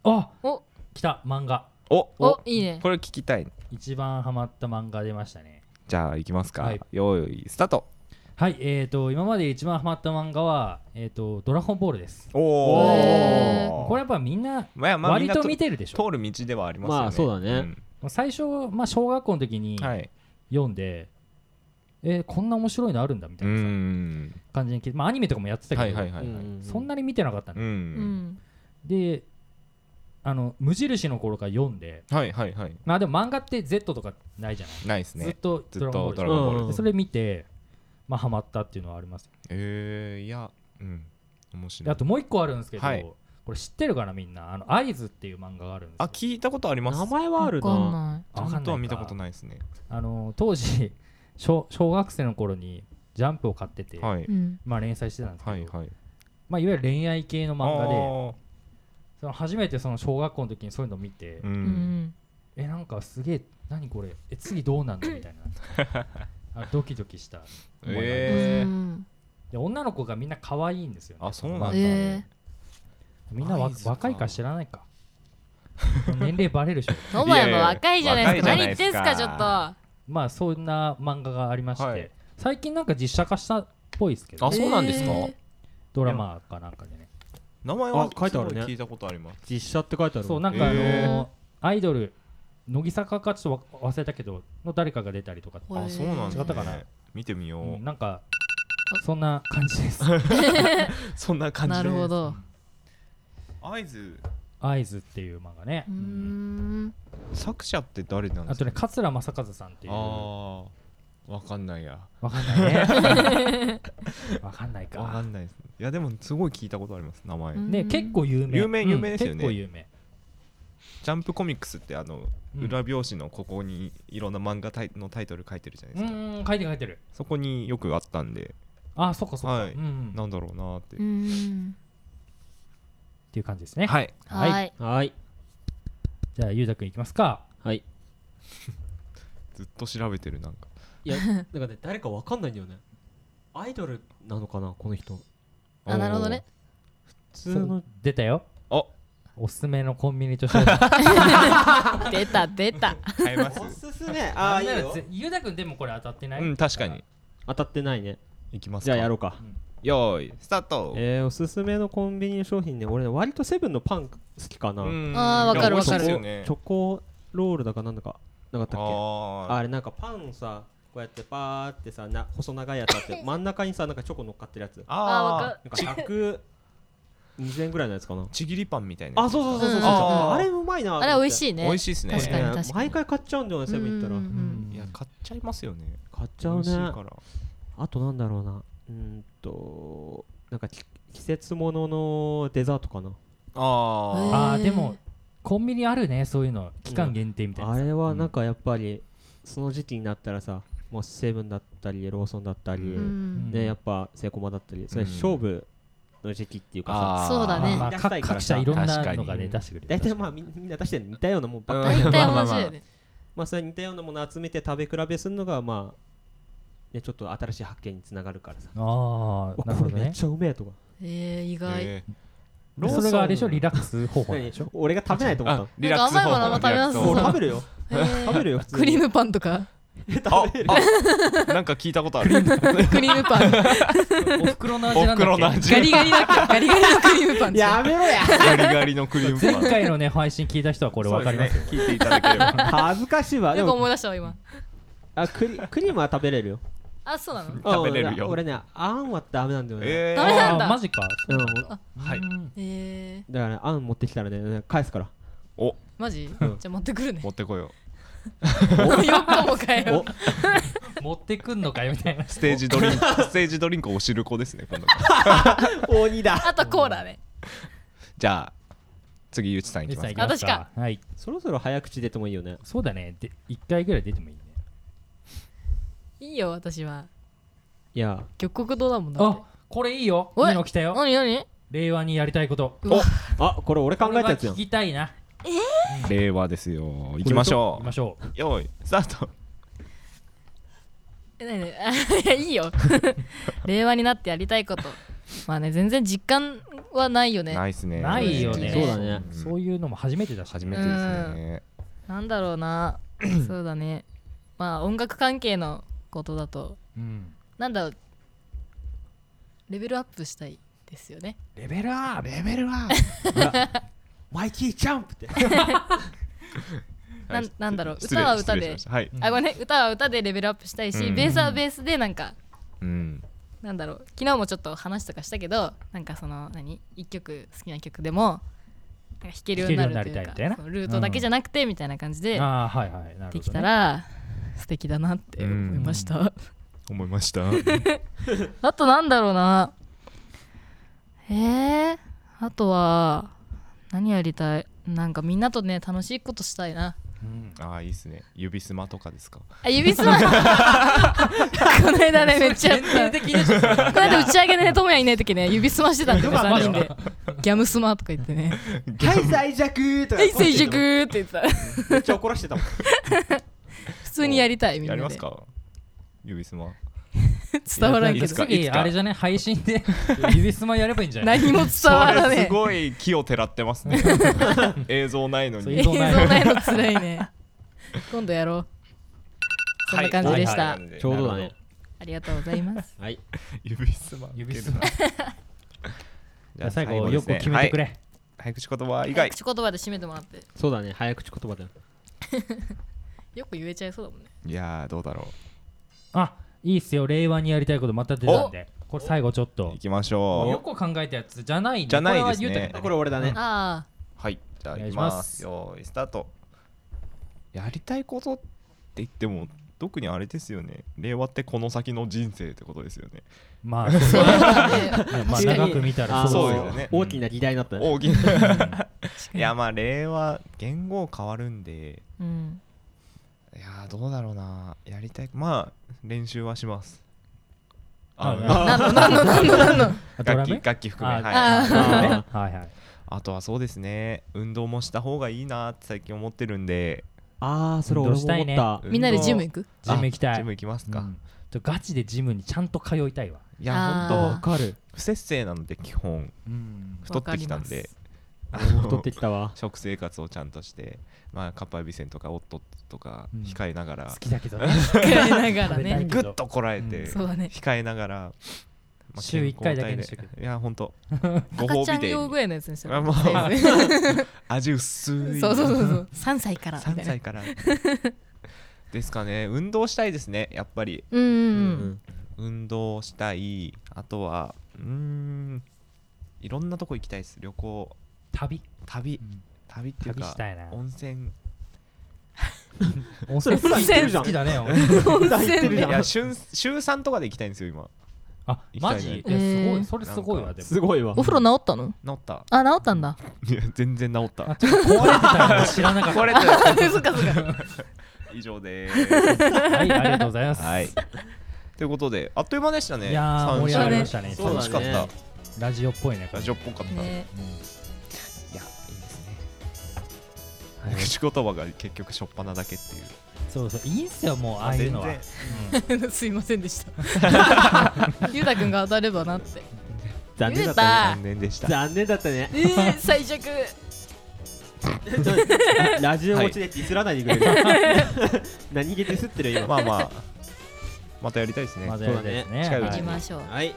[SPEAKER 3] あ
[SPEAKER 1] お
[SPEAKER 3] 来た漫画
[SPEAKER 2] お
[SPEAKER 1] おいいね
[SPEAKER 2] これ聞きたい
[SPEAKER 3] 一番ハマった漫画出ましたね
[SPEAKER 2] じゃあ行きますか
[SPEAKER 3] はい
[SPEAKER 2] 用意スタート
[SPEAKER 3] はいえーと今まで一番ハマった漫画はえーとドラゴンボールです
[SPEAKER 2] お
[SPEAKER 1] へ
[SPEAKER 2] お
[SPEAKER 3] これやっぱみんな
[SPEAKER 2] まあまあ
[SPEAKER 3] 割と見
[SPEAKER 2] みんな
[SPEAKER 3] てるでしょ
[SPEAKER 2] 通る道ではありますよね
[SPEAKER 4] まあそうだね
[SPEAKER 3] 最初まあ小学校の時に
[SPEAKER 2] うんはい
[SPEAKER 3] 読んで、えーこんな面白いのあるんだみ
[SPEAKER 2] う
[SPEAKER 3] たいなさ
[SPEAKER 2] ん
[SPEAKER 3] 感じに聞いて、まあ、アニメとかもやってた
[SPEAKER 2] は
[SPEAKER 3] け
[SPEAKER 2] い
[SPEAKER 3] ど、
[SPEAKER 2] はいはいはい
[SPEAKER 3] そん
[SPEAKER 4] な
[SPEAKER 3] なに見てなかったの、
[SPEAKER 2] う
[SPEAKER 1] うんん
[SPEAKER 3] であの無印の頃から読んで
[SPEAKER 2] はいはいはい
[SPEAKER 3] まあでも漫画って Z とかないじゃない、
[SPEAKER 2] ないです
[SPEAKER 3] ずっ
[SPEAKER 2] ね
[SPEAKER 3] と
[SPEAKER 2] ず
[SPEAKER 3] ド
[SPEAKER 2] っ
[SPEAKER 3] ラゴ
[SPEAKER 2] と
[SPEAKER 3] ン
[SPEAKER 2] ド
[SPEAKER 3] ボ
[SPEAKER 2] ラゴ
[SPEAKER 3] ール
[SPEAKER 2] ンボール
[SPEAKER 4] うん
[SPEAKER 3] でそれ見てまあハマったっていうのはあります
[SPEAKER 2] えーいやうん面
[SPEAKER 3] で
[SPEAKER 2] 白
[SPEAKER 3] あ
[SPEAKER 2] い
[SPEAKER 3] ともう一個あるんですけど、
[SPEAKER 2] はい
[SPEAKER 3] これ知ってるかなみんなあの合図っていう漫画があるんです
[SPEAKER 2] あ
[SPEAKER 3] よ
[SPEAKER 2] 聞いたことあります
[SPEAKER 4] 名前はあ
[SPEAKER 1] わ
[SPEAKER 4] る
[SPEAKER 1] かん
[SPEAKER 4] な
[SPEAKER 1] ない
[SPEAKER 2] ちゃんとは見たこと
[SPEAKER 3] い
[SPEAKER 2] ないですね
[SPEAKER 3] あの当時小小学生の頃にジャンプを買ってて、
[SPEAKER 2] はい
[SPEAKER 1] うん
[SPEAKER 3] まあ連載してたんですけど、
[SPEAKER 2] はいはい
[SPEAKER 3] まあ、いわゆる恋愛系の漫画で
[SPEAKER 2] あ
[SPEAKER 3] その初めてその小学校の時にそういうのを見て、
[SPEAKER 2] ーう
[SPEAKER 1] うんん
[SPEAKER 3] えなんかすげえ何これえ次どうなんのみたい なあドキドキした思いがあります
[SPEAKER 2] えー
[SPEAKER 1] ん
[SPEAKER 3] で女の子がみんな可愛いんですよ、ね、
[SPEAKER 2] あそうなん
[SPEAKER 3] ま
[SPEAKER 2] だ
[SPEAKER 1] え
[SPEAKER 2] ね
[SPEAKER 3] みんなわ
[SPEAKER 2] 合図か
[SPEAKER 3] 若いか知らないか年齢バレるでしょ
[SPEAKER 1] ー、トモヤも若いじゃないですか
[SPEAKER 2] いやいや
[SPEAKER 1] 何言ってんすかちょっと
[SPEAKER 3] まあそんな漫画がありまして、
[SPEAKER 2] はい
[SPEAKER 3] 最近なんか実写化したっぽいですけど
[SPEAKER 2] あそうなんですか
[SPEAKER 1] え
[SPEAKER 3] ドラマかなんかでね
[SPEAKER 2] 名前は
[SPEAKER 4] あ書いてあるね
[SPEAKER 2] すご聞いたことあります
[SPEAKER 4] 実写って書いてある
[SPEAKER 3] そう
[SPEAKER 4] わ
[SPEAKER 3] なんかあのー
[SPEAKER 2] へ
[SPEAKER 3] アイドル乃木坂かちょっとわ忘れたけどの誰かが出たりとかって、
[SPEAKER 1] へ
[SPEAKER 2] あ
[SPEAKER 1] ー
[SPEAKER 2] そうなん
[SPEAKER 3] 違
[SPEAKER 2] だ
[SPEAKER 3] ったか
[SPEAKER 2] ね
[SPEAKER 3] な
[SPEAKER 2] 見てみよ
[SPEAKER 3] うん
[SPEAKER 2] う
[SPEAKER 3] なんかそんな感じ です
[SPEAKER 2] そんな感じ
[SPEAKER 1] な
[SPEAKER 2] です
[SPEAKER 1] るほど
[SPEAKER 2] 合図
[SPEAKER 3] 合図っていう漫画ね
[SPEAKER 1] うーん
[SPEAKER 2] 作者って誰なんで
[SPEAKER 3] あ
[SPEAKER 2] すか
[SPEAKER 3] とね桂正和さんっていうわ
[SPEAKER 2] ああわかんないや
[SPEAKER 3] かんな いねわかんない
[SPEAKER 2] わか
[SPEAKER 3] か
[SPEAKER 2] んないですいやでもすごい聞いたことあります名前
[SPEAKER 1] うん
[SPEAKER 3] ね結構有名
[SPEAKER 2] 有名
[SPEAKER 3] うん
[SPEAKER 2] 有名ですよね
[SPEAKER 3] 結構有名
[SPEAKER 2] ジャンプコミックスってあの
[SPEAKER 3] うん
[SPEAKER 2] 裏表紙のここにいろんな漫画タイのタイトル書いてるじゃないうですか、
[SPEAKER 3] ーん書いてる書いてる
[SPEAKER 2] そこによくあったんで
[SPEAKER 3] あそっかそっか、
[SPEAKER 2] はい
[SPEAKER 3] うんうんっ
[SPEAKER 2] なんだろうなーって、
[SPEAKER 5] うん
[SPEAKER 3] ていう感じですね
[SPEAKER 2] はい
[SPEAKER 5] はい、
[SPEAKER 3] は
[SPEAKER 4] はい
[SPEAKER 3] じゃあゆうたくんいきますか
[SPEAKER 4] はい
[SPEAKER 2] ずっと調べてるなんか
[SPEAKER 4] いやなんかね誰かわかんないんだよねアイドルなのかなこの人
[SPEAKER 5] あなるほどね
[SPEAKER 4] 普通の
[SPEAKER 3] 出たよ
[SPEAKER 2] あ
[SPEAKER 3] おすすめのコンビニと商品
[SPEAKER 1] 出た出た
[SPEAKER 2] おー買えます
[SPEAKER 4] すすめああいいよ
[SPEAKER 3] ゆうたくんでもこれ当たってない、
[SPEAKER 2] うん確かに
[SPEAKER 4] 当たってないね
[SPEAKER 2] いきますか
[SPEAKER 4] じゃあやろうか
[SPEAKER 2] よーいスタート
[SPEAKER 4] えー、おすすめのコンビニの商品ね俺ね割とセブンのパン好きかな、
[SPEAKER 2] うん
[SPEAKER 1] あーわかるわかる
[SPEAKER 2] いや美味しいですよね
[SPEAKER 4] チョコロールだかなんだかなかったっけあ
[SPEAKER 2] あ
[SPEAKER 4] れなんかパンをさこうやってパーってさな細長いやつあって 真ん中にさなんかチョコ乗っかってるやつな
[SPEAKER 2] ーあ
[SPEAKER 5] あーわ
[SPEAKER 2] ー
[SPEAKER 5] か
[SPEAKER 4] んか100 20円ぐらいのやつかな
[SPEAKER 2] ちぎりパンみたいな
[SPEAKER 4] あそうそうそうそうそう
[SPEAKER 5] うん
[SPEAKER 4] あれうまいな
[SPEAKER 1] あれ美味
[SPEAKER 4] い
[SPEAKER 1] しいね
[SPEAKER 2] 美味しいですね
[SPEAKER 1] 確かに確かに
[SPEAKER 4] 毎回買っちゃうんだよねセブン行ったら
[SPEAKER 1] うんうんうん
[SPEAKER 2] いや買っちゃいますよね
[SPEAKER 4] 買っちゃ
[SPEAKER 2] 美
[SPEAKER 4] う
[SPEAKER 2] 味しいか
[SPEAKER 4] ね
[SPEAKER 2] ら
[SPEAKER 4] あとなんだろうなうーんとなんかき季節もののデザートかな
[SPEAKER 2] あ
[SPEAKER 3] あ
[SPEAKER 1] へ
[SPEAKER 3] ー
[SPEAKER 1] ー
[SPEAKER 3] でもコンビニあるねそういうの期間限定みたいな
[SPEAKER 4] あ
[SPEAKER 3] さ
[SPEAKER 4] れはなんかやっぱりその時期になったらさもうセブンだったりローソンだったり、
[SPEAKER 1] うん
[SPEAKER 4] ねやっぱセイコマだったりそれ勝負の時期っていうかさ、
[SPEAKER 2] あ
[SPEAKER 1] そうだね
[SPEAKER 3] まあまあ
[SPEAKER 4] 出したいからさ
[SPEAKER 3] 各社いろんなのがね
[SPEAKER 4] 確か
[SPEAKER 3] 出してくれる
[SPEAKER 4] 大体まあみみんな出してる似たようなもんばっかり、
[SPEAKER 1] 大体
[SPEAKER 2] まあま
[SPEAKER 1] 面
[SPEAKER 2] あまあ
[SPEAKER 1] 白いよね
[SPEAKER 4] まあそれ似たようなもの集めて食べ比べするのがまあねちょっと新しい発見につながるからさ、
[SPEAKER 3] あ
[SPEAKER 4] わ
[SPEAKER 3] あなるほど
[SPEAKER 4] これめっ
[SPEAKER 3] ね
[SPEAKER 4] ちゃうめえとか
[SPEAKER 1] えー意外
[SPEAKER 2] えー
[SPEAKER 3] でそれがあれでしょリラックス方法なんでしょ
[SPEAKER 4] 何俺が食べないと思った
[SPEAKER 2] あ
[SPEAKER 4] の
[SPEAKER 2] リラックス
[SPEAKER 1] なんか
[SPEAKER 2] 方
[SPEAKER 1] 甘いもの
[SPEAKER 2] 法
[SPEAKER 1] も食べます
[SPEAKER 2] リラックス
[SPEAKER 1] そう
[SPEAKER 2] 方法
[SPEAKER 4] 俺食べるよ
[SPEAKER 1] へー
[SPEAKER 4] 食べるよ普通に
[SPEAKER 1] ク リームパンとか
[SPEAKER 2] ああなんか聞いたことあ る
[SPEAKER 1] クリームパン
[SPEAKER 3] お袋の
[SPEAKER 2] お袋の 味
[SPEAKER 1] ガリガリだっけガリガリのクリームパンですよ
[SPEAKER 4] やめろや
[SPEAKER 2] ガリガリのクリームパン
[SPEAKER 3] 前回のね配信聞いた人はこれわかります
[SPEAKER 2] そうでね聞いていただければ
[SPEAKER 4] 恥ずかしいわで
[SPEAKER 1] よく
[SPEAKER 4] も
[SPEAKER 1] 思い出したわ今
[SPEAKER 4] あクリクリームは食べれるよ
[SPEAKER 1] あそうなの
[SPEAKER 2] 食べれるよ
[SPEAKER 4] うん俺ねあんはダメなんだよね、
[SPEAKER 2] え
[SPEAKER 1] ダメなんだ
[SPEAKER 3] あーマジか
[SPEAKER 4] うん
[SPEAKER 2] はい
[SPEAKER 3] うん
[SPEAKER 1] えー
[SPEAKER 4] だからねあん持ってきたらね返すから
[SPEAKER 2] お
[SPEAKER 1] マジじ
[SPEAKER 4] うん
[SPEAKER 1] ゃあ持ってくるね
[SPEAKER 2] 持ってこよう
[SPEAKER 1] 4個も買えよ
[SPEAKER 4] お
[SPEAKER 3] 持ってくんのかよみたいな
[SPEAKER 2] ステージドリンクステージドリンクおしるこですね今度
[SPEAKER 4] 鬼だ
[SPEAKER 1] あとコーラね
[SPEAKER 2] じゃあ次ゆうちさんいきます
[SPEAKER 3] い
[SPEAKER 2] か
[SPEAKER 3] きますかはい
[SPEAKER 4] そろそろ早口出てもいいよね
[SPEAKER 3] そうだねで一回ぐらい出てもいいね
[SPEAKER 1] いいよ私はい
[SPEAKER 4] や
[SPEAKER 1] 玉国堂だもんだ
[SPEAKER 3] あこれいいよ
[SPEAKER 1] おい
[SPEAKER 3] いいの来たよ
[SPEAKER 1] 何何
[SPEAKER 3] 令和にやりたいこと
[SPEAKER 4] あこれ俺考えたやつやん
[SPEAKER 3] これは聞きたいな
[SPEAKER 2] 令和ですよ行きまし
[SPEAKER 3] 行
[SPEAKER 2] ょ
[SPEAKER 3] きましょ
[SPEAKER 2] うよーいスタート
[SPEAKER 1] え何何あいやいい よ令和になってやりたいことまあね全然実感はないよね
[SPEAKER 2] ないっすね
[SPEAKER 3] ないよね
[SPEAKER 1] そう
[SPEAKER 4] だね
[SPEAKER 3] うそういうのも初めてだし
[SPEAKER 2] 初めてですね
[SPEAKER 1] なんだろう なそうだねまあ音楽関係のことだと
[SPEAKER 3] うん
[SPEAKER 1] なんだろうレベルアップしたいですよね
[SPEAKER 3] レベルアップ
[SPEAKER 2] レベルは
[SPEAKER 4] マイキージャン プって
[SPEAKER 1] なんなんだろう
[SPEAKER 2] 失礼
[SPEAKER 1] 歌は歌で
[SPEAKER 2] 失礼しましたはい
[SPEAKER 1] あごめんね歌は歌でレベルアップしたいし、
[SPEAKER 2] うん
[SPEAKER 1] ベースはベースでなんか
[SPEAKER 2] うん
[SPEAKER 1] なんだろう昨日もちょっと話とかしたけどなんかその何一曲好きな曲でもなんか弾けるようになるという
[SPEAKER 3] 弾
[SPEAKER 1] か
[SPEAKER 3] けるようになりたいみたいな
[SPEAKER 1] そのルートだけじゃなくてみたいな感じで
[SPEAKER 3] ああはいはいなるほどね
[SPEAKER 1] できたら素敵だなって思いました、
[SPEAKER 2] 思いま した
[SPEAKER 1] あとなんだろうなえー、あとは何やりたいなんかみんなとね楽しいことしたいな
[SPEAKER 3] うん
[SPEAKER 2] ああいいっすね指すまとかですか
[SPEAKER 1] あ指 すまこの間ねめっちゃやったこの間打ち上げでね友也いない時ね指すましてたんでね
[SPEAKER 3] マ
[SPEAKER 1] 3
[SPEAKER 3] ジ
[SPEAKER 1] 人でギャムスマとか言ってね
[SPEAKER 4] はい最弱
[SPEAKER 1] 「
[SPEAKER 4] とか
[SPEAKER 1] はい静寂」って言ってた
[SPEAKER 4] めっちゃ怒らしてたもん
[SPEAKER 1] 普通にやりたいみんな
[SPEAKER 2] や
[SPEAKER 1] で
[SPEAKER 2] りますか指すま
[SPEAKER 1] 伝わらん
[SPEAKER 2] い
[SPEAKER 1] け
[SPEAKER 2] つ
[SPEAKER 1] ど
[SPEAKER 2] かい
[SPEAKER 3] 次
[SPEAKER 2] つか
[SPEAKER 3] あれじゃね配信 で指すまやればいいんじゃない
[SPEAKER 1] 何も伝
[SPEAKER 2] そ
[SPEAKER 1] わら
[SPEAKER 2] れ
[SPEAKER 1] ね
[SPEAKER 2] すごい木をてらってますね 映像ないの
[SPEAKER 3] そう
[SPEAKER 1] え映
[SPEAKER 2] に
[SPEAKER 3] 映像
[SPEAKER 1] 像
[SPEAKER 3] ない
[SPEAKER 1] ないのつらいね今度やろうそんな感じでした、
[SPEAKER 2] はいはい
[SPEAKER 4] ちょうどだね
[SPEAKER 1] ありがとうございます
[SPEAKER 4] はい
[SPEAKER 2] 指すま
[SPEAKER 3] 指すま
[SPEAKER 2] じゃあ
[SPEAKER 3] 最後
[SPEAKER 2] で
[SPEAKER 3] よ
[SPEAKER 2] す
[SPEAKER 3] く
[SPEAKER 2] ね
[SPEAKER 3] 決めてく
[SPEAKER 2] はい
[SPEAKER 3] れ
[SPEAKER 2] 早口言葉以外
[SPEAKER 1] 口言葉で締めてもらって
[SPEAKER 4] そうだね早口言葉だよ
[SPEAKER 1] よく言えちゃいそうだもんね
[SPEAKER 2] いやーどうだろ
[SPEAKER 3] あいいっすよ令和にやりたいことまた出たんでこれ最後ちょっ
[SPEAKER 2] う
[SPEAKER 3] と
[SPEAKER 2] 行きまし
[SPEAKER 3] よ
[SPEAKER 2] ょう
[SPEAKER 3] く考えたやつじゃないね
[SPEAKER 2] じゃないですね
[SPEAKER 3] これはゆうたくんだ
[SPEAKER 4] これ俺だね
[SPEAKER 1] あ
[SPEAKER 2] はいじゃあ
[SPEAKER 3] お
[SPEAKER 2] 行
[SPEAKER 3] 願い
[SPEAKER 2] き
[SPEAKER 3] し
[SPEAKER 2] ま
[SPEAKER 3] ます
[SPEAKER 2] すよーいスタートやりたいことって言っても特にあれですよね令和ってこの先の人生ってことですよね
[SPEAKER 3] まあ そう
[SPEAKER 1] あ
[SPEAKER 3] まあ長く見たら
[SPEAKER 4] ー
[SPEAKER 2] そう
[SPEAKER 3] だ
[SPEAKER 2] ですよね
[SPEAKER 4] 大きな議題になった ね
[SPEAKER 2] 大きな
[SPEAKER 1] 確か
[SPEAKER 2] い
[SPEAKER 1] に
[SPEAKER 2] やまあ令和言語変わるんで
[SPEAKER 1] うん
[SPEAKER 2] いやーどうだろうなやりたいまあ練習はします
[SPEAKER 3] あ
[SPEAKER 1] 何
[SPEAKER 2] あ
[SPEAKER 1] の何の何の何の
[SPEAKER 3] あドラ
[SPEAKER 2] 楽
[SPEAKER 3] ム
[SPEAKER 2] 器楽器含め
[SPEAKER 3] あ
[SPEAKER 2] はい
[SPEAKER 3] あーはいはい
[SPEAKER 2] あとはそうですね運動もした方がいいなって最近思ってるんで
[SPEAKER 4] ああそれ俺も思
[SPEAKER 3] 運動し
[SPEAKER 4] った
[SPEAKER 2] た
[SPEAKER 1] みんなでジム行く
[SPEAKER 3] ジム行きたい
[SPEAKER 2] あジム行きます
[SPEAKER 3] う
[SPEAKER 2] か
[SPEAKER 3] んちょガチでジムにちゃんと通いたいわ
[SPEAKER 2] いや
[SPEAKER 1] あー
[SPEAKER 2] ほん
[SPEAKER 4] わ
[SPEAKER 2] と
[SPEAKER 4] かる
[SPEAKER 2] 不節制なので基本
[SPEAKER 3] うん
[SPEAKER 2] 太ってきたん
[SPEAKER 1] わか
[SPEAKER 2] で
[SPEAKER 1] り
[SPEAKER 2] あ
[SPEAKER 4] 俺も
[SPEAKER 2] の
[SPEAKER 4] 太ってきたわ
[SPEAKER 2] 食生活をちゃんとしてまあカッパエビせんとかオットットとか
[SPEAKER 3] うん
[SPEAKER 2] 控えながら
[SPEAKER 3] 好きだけどね
[SPEAKER 1] やりながら
[SPEAKER 3] 食べたい
[SPEAKER 1] ね
[SPEAKER 2] ぐっとこらえ
[SPEAKER 3] うん
[SPEAKER 2] て
[SPEAKER 1] そうだね
[SPEAKER 2] 控えながら、まあ
[SPEAKER 3] 週一回だけにしとく
[SPEAKER 2] 健康体でいやほ んと
[SPEAKER 1] 赤
[SPEAKER 2] ご
[SPEAKER 1] ちゃ
[SPEAKER 2] 褒美
[SPEAKER 1] ん
[SPEAKER 2] で
[SPEAKER 1] 用ぐらいのやつにする
[SPEAKER 2] あもう味薄 い
[SPEAKER 1] そうそうそうそう3歳からみたい
[SPEAKER 2] 3
[SPEAKER 1] な
[SPEAKER 2] 歳から ですかね運動したいですねやっぱり
[SPEAKER 1] うんうん
[SPEAKER 4] う
[SPEAKER 1] うん
[SPEAKER 4] ん
[SPEAKER 2] 運動したいあとはうーんいろんなとこ行きたいです旅行
[SPEAKER 3] 旅
[SPEAKER 2] 旅
[SPEAKER 3] うん
[SPEAKER 2] 旅っていう
[SPEAKER 3] 旅
[SPEAKER 2] か
[SPEAKER 3] したいな
[SPEAKER 2] 温泉
[SPEAKER 3] 温
[SPEAKER 4] それ
[SPEAKER 3] 泉
[SPEAKER 4] 普段行ってるじゃん
[SPEAKER 3] 好 きだね俺
[SPEAKER 4] 普段行ってる
[SPEAKER 2] い
[SPEAKER 4] じゃ
[SPEAKER 2] や
[SPEAKER 4] ん
[SPEAKER 2] 週週3とかで行きたいんですよ今
[SPEAKER 3] あ
[SPEAKER 2] 行きたい
[SPEAKER 3] マ
[SPEAKER 2] ね
[SPEAKER 3] ジいやすご
[SPEAKER 1] えー
[SPEAKER 3] いそれすごいわでも
[SPEAKER 4] すごいわ
[SPEAKER 1] お風呂治ったの
[SPEAKER 2] 治った
[SPEAKER 1] あ治ったんだ
[SPEAKER 2] いや全然治った
[SPEAKER 3] あちょっと壊 れてたの知らなかっ
[SPEAKER 2] これで
[SPEAKER 1] そっかそっか
[SPEAKER 2] 以上でーす
[SPEAKER 3] たはいありがとうございます
[SPEAKER 2] はいということであっという間でしたね
[SPEAKER 3] いやー
[SPEAKER 2] 三
[SPEAKER 3] 盛り
[SPEAKER 2] 週
[SPEAKER 3] 上がりましたね
[SPEAKER 4] そうだね
[SPEAKER 2] 楽しかった
[SPEAKER 3] ラジオっぽいねこ
[SPEAKER 2] ラ
[SPEAKER 3] れ
[SPEAKER 2] ジオっぽかった、
[SPEAKER 1] ね
[SPEAKER 2] いやいいですね口言葉が結局しょっぱなだけっていう
[SPEAKER 3] そうそういいんすよもうああいうのは
[SPEAKER 2] 全 然
[SPEAKER 1] すいませんでしたゆうたくんが当たればなって
[SPEAKER 4] 残念だったね
[SPEAKER 1] た
[SPEAKER 2] 残念で した
[SPEAKER 4] 残念だった ね
[SPEAKER 1] えー、最弱
[SPEAKER 4] ラジオ落ちでディスらないでくれる 何気ディスってる今
[SPEAKER 2] まあまあまたやりたいですね
[SPEAKER 3] まだやりたいですね
[SPEAKER 2] そうだね近いう
[SPEAKER 1] 行
[SPEAKER 2] ちに
[SPEAKER 3] は
[SPEAKER 1] き
[SPEAKER 3] い
[SPEAKER 1] ましょう
[SPEAKER 4] はい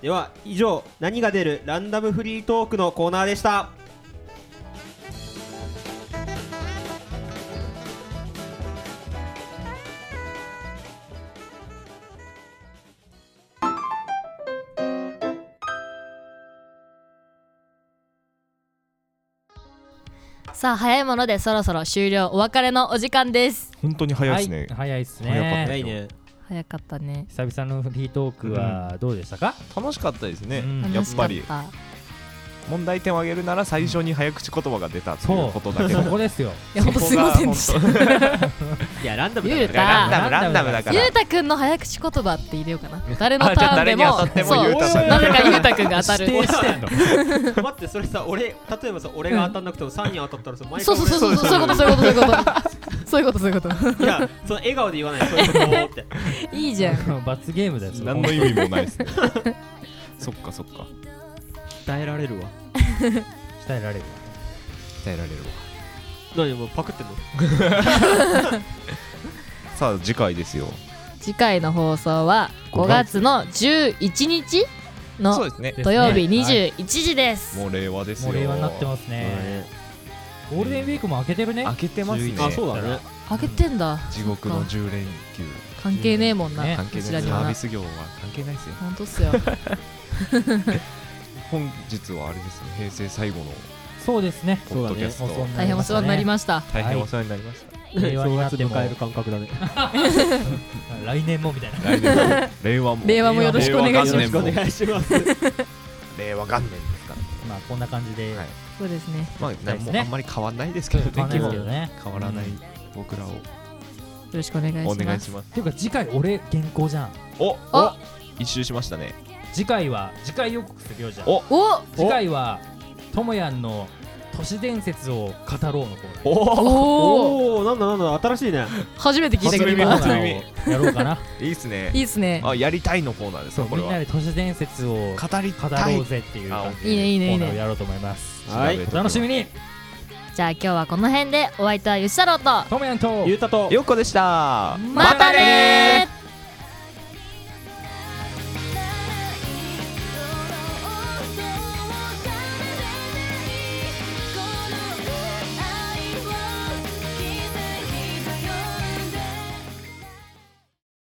[SPEAKER 4] では以上何が出るランダムフリートークのコーナーでした
[SPEAKER 5] さあ早いものでそろそろ終了お別れのお時間です
[SPEAKER 2] 本当に早いですね、
[SPEAKER 3] はい早いっす
[SPEAKER 2] 早かった
[SPEAKER 3] ね
[SPEAKER 2] ね
[SPEAKER 5] 早かったね
[SPEAKER 3] 久々のフリートークはどうでしたか
[SPEAKER 2] 楽しかったですね、
[SPEAKER 3] うん
[SPEAKER 2] や
[SPEAKER 5] 楽
[SPEAKER 2] っ
[SPEAKER 5] しか
[SPEAKER 2] ぱ
[SPEAKER 5] っ
[SPEAKER 2] り
[SPEAKER 5] た
[SPEAKER 2] 問題点を挙げるなら最初に早口言葉が出たということだけ
[SPEAKER 3] そ
[SPEAKER 2] ど
[SPEAKER 3] こですよ
[SPEAKER 1] いやほんとすいませんでした
[SPEAKER 2] た
[SPEAKER 4] いやランダム
[SPEAKER 5] ゆう
[SPEAKER 4] から
[SPEAKER 2] ラ
[SPEAKER 5] た
[SPEAKER 2] ンダムランダムだか
[SPEAKER 5] ゆ
[SPEAKER 2] ら
[SPEAKER 5] うたくんの早口言葉って入れよう かな誰の
[SPEAKER 2] あ
[SPEAKER 5] タ
[SPEAKER 2] じゃあ
[SPEAKER 5] ーンで
[SPEAKER 2] 誰に
[SPEAKER 5] も
[SPEAKER 2] 当たっても
[SPEAKER 5] そう
[SPEAKER 2] ゆうたさんに
[SPEAKER 5] なぜかゆうたくんが当たる
[SPEAKER 3] 指定してんの
[SPEAKER 4] 待ってそれさ俺例えばさ俺が当たんなくても3人当たったらさ毎回
[SPEAKER 5] そうそうそうそうそういうことそういうことそういうことそういうことそういうこ
[SPEAKER 4] ういやその笑顔で言わないそういうこと って
[SPEAKER 5] といいじゃん
[SPEAKER 3] 罰ゲームだよそれ
[SPEAKER 2] 何の意味もないですねそっかそっか
[SPEAKER 4] 伝えられるわ
[SPEAKER 3] 鍛えられる
[SPEAKER 2] 伝えられるわ
[SPEAKER 4] 何もうパクってんの
[SPEAKER 2] さあ次回ですよ
[SPEAKER 5] 次回の放送は5月の11日の
[SPEAKER 2] そうですね
[SPEAKER 5] 土曜日
[SPEAKER 3] ですね
[SPEAKER 5] 21時です
[SPEAKER 2] もう令和ですよ
[SPEAKER 3] もう令和になってますねゴールデンウィークも明けてるね
[SPEAKER 2] 開けてますね
[SPEAKER 4] あそうだね
[SPEAKER 5] 開けてんだ
[SPEAKER 2] 地獄の10連休
[SPEAKER 5] 関係ねえもんな
[SPEAKER 3] ね
[SPEAKER 2] 関係
[SPEAKER 5] うち
[SPEAKER 2] な
[SPEAKER 5] ら
[SPEAKER 2] い
[SPEAKER 5] に
[SPEAKER 2] サ
[SPEAKER 5] は
[SPEAKER 2] ー
[SPEAKER 5] な
[SPEAKER 2] ビス業は関係ないですよ
[SPEAKER 5] ほんとっすよ
[SPEAKER 2] 本日はあれですね平成最後の
[SPEAKER 3] そうですね
[SPEAKER 2] ポッドキャスト、
[SPEAKER 4] そうだね
[SPEAKER 5] 大変お世話になりました
[SPEAKER 2] 大変お世話になりました、
[SPEAKER 3] す令和になっても
[SPEAKER 4] 迎える感覚だ ね
[SPEAKER 3] 来年もみたいな
[SPEAKER 2] 来年も 令和も
[SPEAKER 5] 令和もよろしくお願いします
[SPEAKER 2] 令和元年も
[SPEAKER 4] いします
[SPEAKER 2] 令和元年ですから
[SPEAKER 3] まあこんな感じで
[SPEAKER 2] はい
[SPEAKER 5] そうですね
[SPEAKER 2] まあ、
[SPEAKER 3] たいですね
[SPEAKER 2] もうあんまり変わらないですけ
[SPEAKER 3] 今
[SPEAKER 2] ど
[SPEAKER 3] 日変わんないですけどね
[SPEAKER 2] 変わらない
[SPEAKER 3] うん
[SPEAKER 2] 僕らを
[SPEAKER 5] よろしくお願いします
[SPEAKER 2] お願いします
[SPEAKER 3] ていうか次回俺原稿じゃん
[SPEAKER 2] お
[SPEAKER 5] お
[SPEAKER 2] 一周しましたね
[SPEAKER 3] 次回は次回予告するよじゃん
[SPEAKER 2] お
[SPEAKER 5] お
[SPEAKER 3] 次回はともやんの都市伝説を語ろうのコーナー
[SPEAKER 2] おお
[SPEAKER 5] おお
[SPEAKER 4] おおなんだなんだ新しいね
[SPEAKER 5] 初めて聞いたけど
[SPEAKER 2] 初耳
[SPEAKER 5] 今
[SPEAKER 3] コーナーをやろうかな
[SPEAKER 2] いいっすね
[SPEAKER 5] いいっすね
[SPEAKER 2] あやりたいのコーナーです
[SPEAKER 3] そ
[SPEAKER 2] か
[SPEAKER 3] う
[SPEAKER 2] こ
[SPEAKER 3] み
[SPEAKER 2] れ
[SPEAKER 3] んな
[SPEAKER 2] は
[SPEAKER 3] で都市伝説を語
[SPEAKER 2] 語りた
[SPEAKER 3] ろう
[SPEAKER 2] い
[SPEAKER 3] ぜっていう
[SPEAKER 2] あ
[SPEAKER 3] 感じ
[SPEAKER 5] いいねいい
[SPEAKER 3] で
[SPEAKER 5] ね
[SPEAKER 3] コ
[SPEAKER 5] いい
[SPEAKER 3] ーナーを
[SPEAKER 5] ね
[SPEAKER 3] やろうと思います
[SPEAKER 4] はい
[SPEAKER 3] お楽しみに
[SPEAKER 5] じゃあ今日はこの辺でお相手は吉太郎と
[SPEAKER 3] ともやんと
[SPEAKER 4] ゆうたと
[SPEAKER 2] よっこでした
[SPEAKER 5] またねー